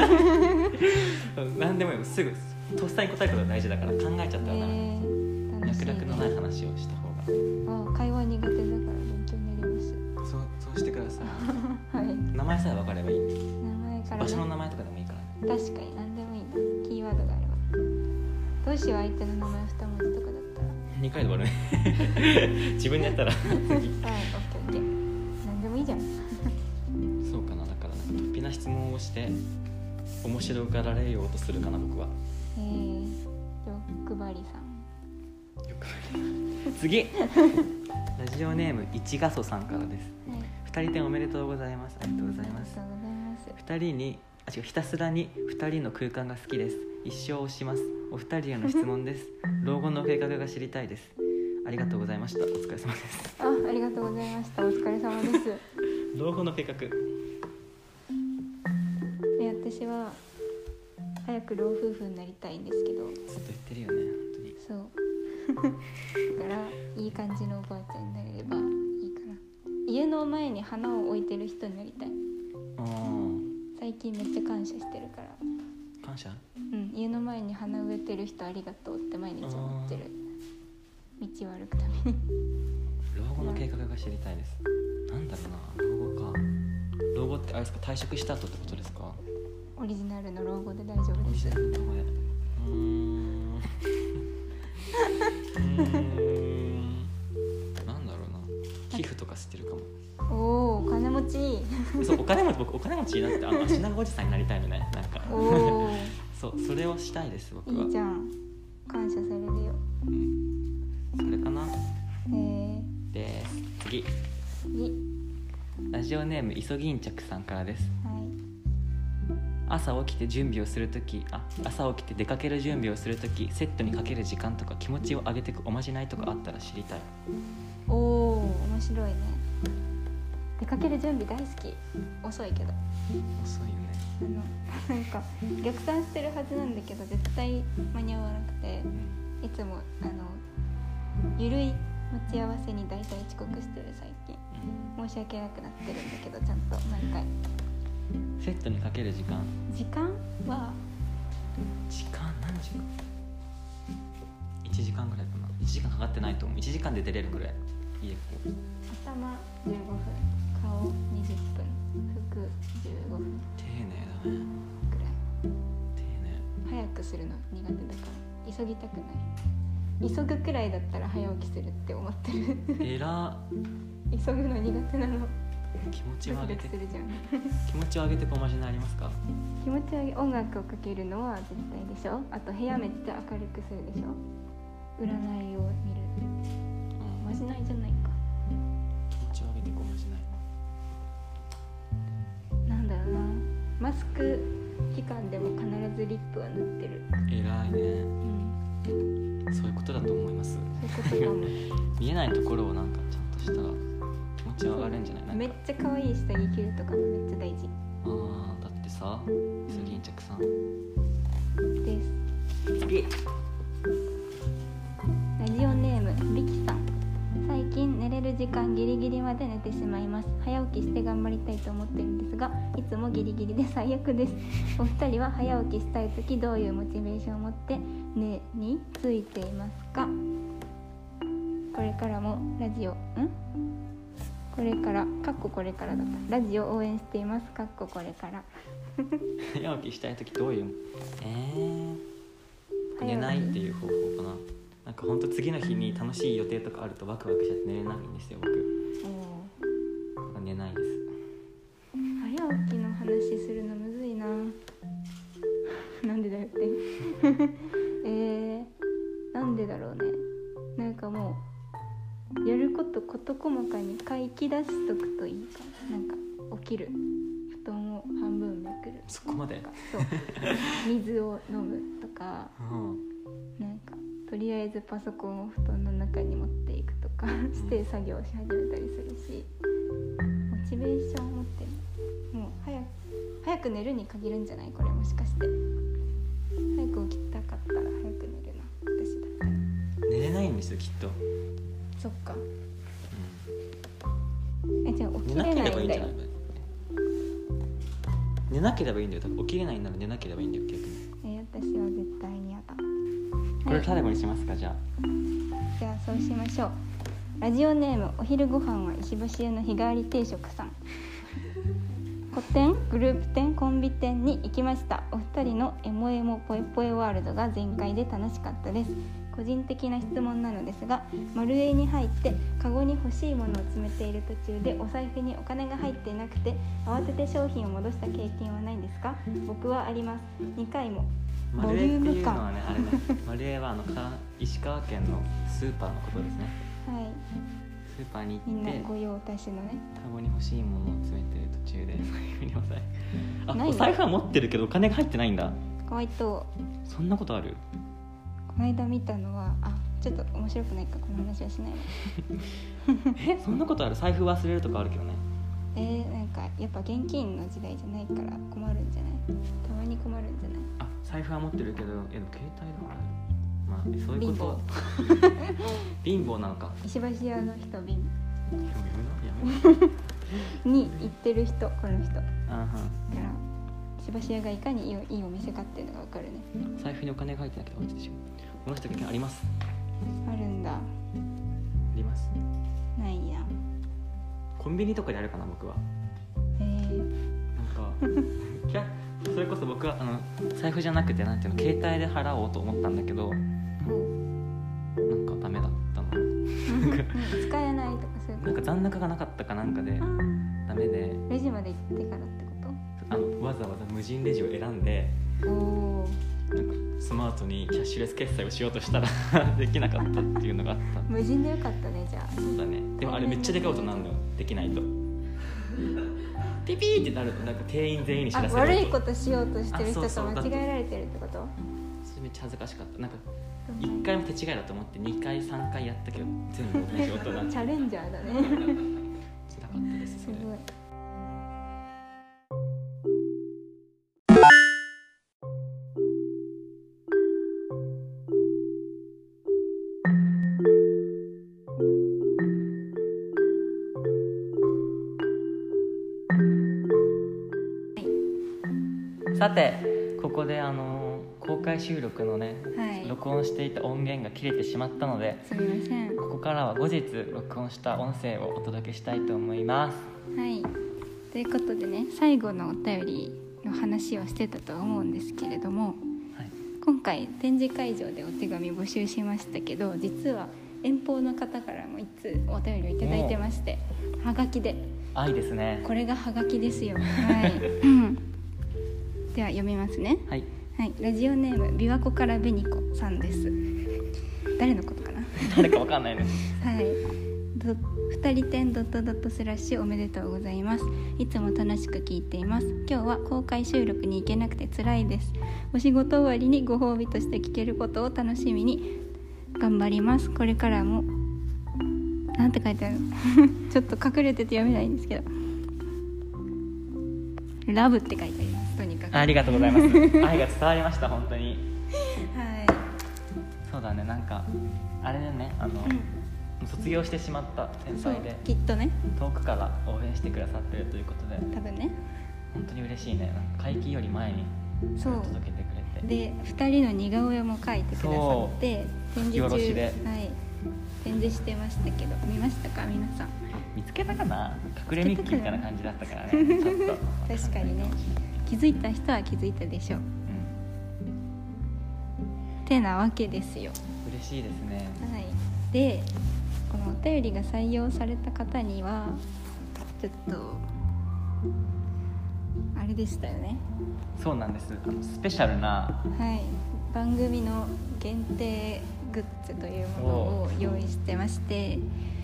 何でもいいすぐとっさに答えることが大事だから考えちゃえったらダメー、楽し脈い、ね絡、のない話をした方があ会話苦手だから勉強になりますそうそうしてくださ いはい名前さえ分かればいい名前から、場所のね、名前とかでもいいからね確かに何でもいいなキーワードがあればどうしよう相手の名前二文字とかだったら 2回で終わるね 自分でやったらはいオッケーオッケー何でもいいじゃんそうかなだからなんか突飛な質問をして面白がられようとするかな僕はえー、欲張りさんよく次ラジオネームいちがそさんからですはい2人でおめでとうございますありがとうございありがますとうございます2人にあ違うひたすらに2人の空間が好きです一生押しますお二人への質問です老後の計画が知りたいですありがとうございましたお疲れ様ですあ、ありがとうございました。お疲れ様です。 老後の計画え、私は早く老夫婦になりたいんですけど、ずっと言ってるよね本当にそう。だからいい感じのおばあちゃんになれればいいかな。家の前に花を置いてる人になりたい。あー最近めっちゃ感謝してるから。感謝うん、家の前に花植えてる人ありがとうって毎日思ってる。道を歩くために。老後の計画が知りたいですなんだろうな老後か老後ってあれですか退職した後ってことですかオリジナルの老後で大丈夫おです。店の老後でうーんうーんなんだろうな寄付とかしてるかもおお、お金 持ち。そうお金持ち僕お金持ちになっ てあの足長おじさんになりたいのねなんかおお、 そうそれをしたいです僕はいいじゃん。感謝されるよ。うんそれかなえー、です次にラジオネームイソギンチャクさんからですはい。朝起きて準備をする時あ朝起きて出かける準備をする時セットにかける時間とか気持ちを上げてくおまじないとかあったら知りたいおお、面白いね。出かける準備大好き遅いけど遅いよねあのなんか逆算してるはずなんだけど絶対間に合わなくてういんつもあのゆるい待ち合わせに大体遅刻してる最近申し訳なくなってるんだけどちゃんと毎回セットにかける時間時間は時間何時間1時間ぐらいかな1時間かかってないと思う1時間で出れるぐらい家こう頭15分顔20分服15分丁寧だねくらい丁寧早くするの苦手だから急ぎたくない急ぐくらいだったら早起きするって思ってる えら急ぐの苦手なの気持ちドを上キげ ドキてするじゃん気持ちを上げてこまじないありますか気持ち上げ音楽をかけるのは絶対でしょあと部屋めっちゃ明るくするでしょ占いを見るうんまじないじゃないか気持ちを上げてこまじないなんだろうなマスク期間でも必ずリップは塗ってるえらいねうんそういうことだと思いますそういうことかも 見えないところをなんかちゃんとしたら気持ち上がるんじゃないなんかめっちゃ可愛い下着着るとかもめっちゃ大事あーだってさそれ巾着さんです次ラジオネームリキさん最近寝れる時間ギリギリまで寝てしまいます早起きして頑張りたいと思ってるんですがいつもギリギリで最悪ですお二人は早起きしたい時どういうモチベーションを持って寝についていますかこれからもラジオんこれからかっここれからだったラジオ応援していますかっここれから早起きしたい時どういうえー、寝ないっていう方法かななんかほんと次の日に楽しい予定とかあるとワクワクしちゃって寝れないんですよ僕早起きおー寝ないです早起きの話するのむずいな なんでだよって えー、なんでだろうねなんかもうやること事細かに書き出しとくといいかななんか起きる布団を半分めくるそこまでとかそう水を飲むとかうんなんかとりあえずパソコンを布団の中に持っていくとかして作業し始めたりするしモチベーションを持ってるもう早く早く寝るに限るんじゃないこれもしかして早く起きたかったら早く寝るな私だったら寝れないんですよきっと、うそっかんえじゃあ起き寝れないなけんだればいいんよじゃない寝なければいいんだよ多分起きれないなら寝なければいいんだよ逆にえ私は絶対にやだこれ最後にしますかじゃあじゃあそうしましょうラジオネームお昼ご飯は石橋屋の日替わり定食さん個展グループ展コンビ展に行きましたお二人のエモエモポエポエワールドが全開で楽しかったです個人的な質問なのですが丸絵に入ってカゴに欲しいものを詰めている途中でお財布にお金が入っていなくて慌てて商品を戻した経験はないんですか僕はあります2回もボ丸リエューっていムうのは感ねあれね丸エはあのか石川県のスーパーのことですねはいスーパーにみ行んっなてご用達のねカゴに欲しいものを詰めてる途中でそういうふうにお財布なあいよお財布は持ってるけどお金が入ってないんだホワイトそんなことあるこの間見たのはあちょっと面白くないかこの話はしないわえそんなことある財布忘れるとかあるけどねえー、なんかやっぱ現金の時代じゃないから困るんじゃないたまに困るんじゃないあ財布は持ってるけどえでも携帯だからまあえそういうこと貧乏なのか石橋屋の人便やめろやめろに行ってる人この人だかあはんら石橋屋がいかにいいおいいお店かっていうのが分かるね財布にお金が入ってなくて落ちてしまうこの人経験ありますあるんだありますないやコンビニとかであるかな僕はえー、なんか キャそれこそ僕はあの財布じゃなくてなんていうの携帯で払おうと思ったんだけどなんおかダメだったの使えないとかそういうなこんか残高がなかったかなんかでとあーダメでレジまで行ってからってこあのわざわざ無人レジを選んでとおおなんかスマートにキャッシュレス決済をしようとしたら できなかったっていうのがあった無人でよかったねじゃあそうだねでもあれめっちゃでかい音なんだよできないとピピーってなるとなんか店員全員に知あらせる悪いことしようとしてる人あとそうそう間だって違えられてるってことそれめっちゃ恥ずかしかったなんかどんな1回も手違いだと思って2回3回やったけど全部同じ音だっ た チャレンジャーだねだかったですすそれごいさてここであの公開収録のねはい録音していた音源が切れてしまったのですみませんここからは後日録音した音声をお届けしたいと思いますはいということでね最後のお便りの話をしてたと思うんですけれどもはい今回展示会場でお手紙募集しましたけど実は遠方の方からも一通お便りをいただいてましてはがきで愛ですねこれがはがきですよはい、 うんでは読みますねはいはいラジオネーム琵琶湖から紅子さんです誰のことかな誰かわかんない ですはい。ど二人点ドットドットスラッシュおめでとうございます。いつも楽しく聞いています。今日は公開収録に行けなくて辛いです。お仕事終わりにご褒美として聞けることを楽しみに頑張ります。これからもなんて書いてある のちょっと隠れてて読めないんですけど。ラブって書いてあります。とにかく。ありがとうございます愛が伝わりました本当にはい。そうだねなんかあれだねあの、卒業してしまった先そう輩できっとね。遠くから応援してくださってるということで多分ね。本当に嬉しいねなんか会期より前にそう。届けてくれてで2人の似顔絵も描いてくださって展書き下示ろし中ではい、展示してましたけど見ましたか皆さん見つけたかな隠れミッキーみたいな感じだったからねちょっと 確かにね気づいた人は気づいたでしょううんてなわけですよ嬉しいですねはいでこのお便りが採用された方にはちょっとあれでしたよねそうなんですあのスペシャルはない番組の限定グッズというものを用意してまして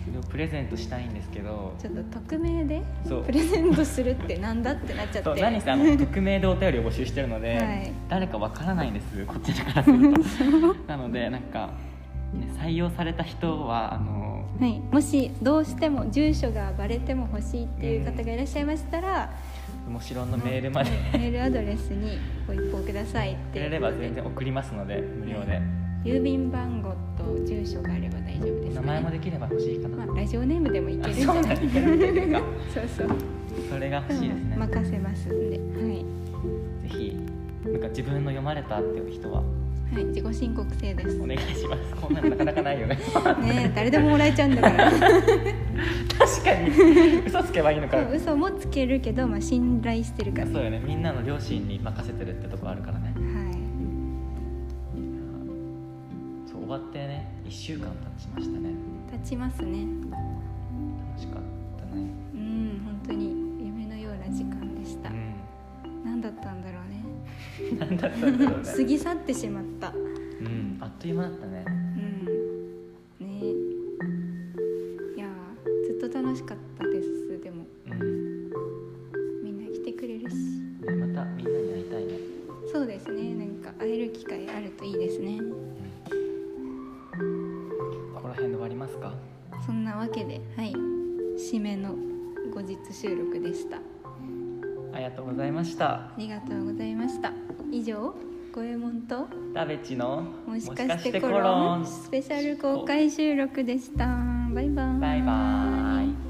それをプレゼントしたいんですけどちょっと匿名でそうプレゼントするってなんだってなっちゃそっうて何せあの匿名でお便りを募集してるので、はい誰かわからないんですこちらからすると なのでなんか、ね、採用された人はあのはい、もしどうしても住所がバレても欲しいっていう方がいらっしゃいましたら、もちろんのメールまではいメールアドレスにご一報くださいっくていれうれこばとで全然送りますので無料はでい郵便番号と住所があれば大丈夫です、ね、名前もできれば欲しいかな、まあ、ラジオネームでもいけるんじゃあそなうだいいけるんじゃないかそうそうそれが欲しいですね、うん任せますんで、はいぜひなんか自分の読まれたっていう人ははい、自己申告制ですおね願いしますこんなのなかなかない よねえ誰でももらえちゃうんだか ら確かに嘘つけばいいのかそう嘘もつけるけど、まあ、信頼してるからそうよねみんなの両親に任せてるってとこあるからねはそう終わってね1週間経ちましたねい立ちますね楽しかったねうん本当に夢のような時間でした、う何だったんだろうん何だったんだろうねね過ぎ去ってしまったうんあっという間だったねうんねいやーずっと楽しかったですでもうんみんな来てくれるしねまたみんなに会いたいねそうですねなんか会える機会あるといいですねここら辺で終わりますかそんなわけではい締めの後日収録でしたありがとうございましたありがとうございました以上五右衛門とダベチのもしかしてコロンスペシャル公開収録でしたバイバーイバイバーイ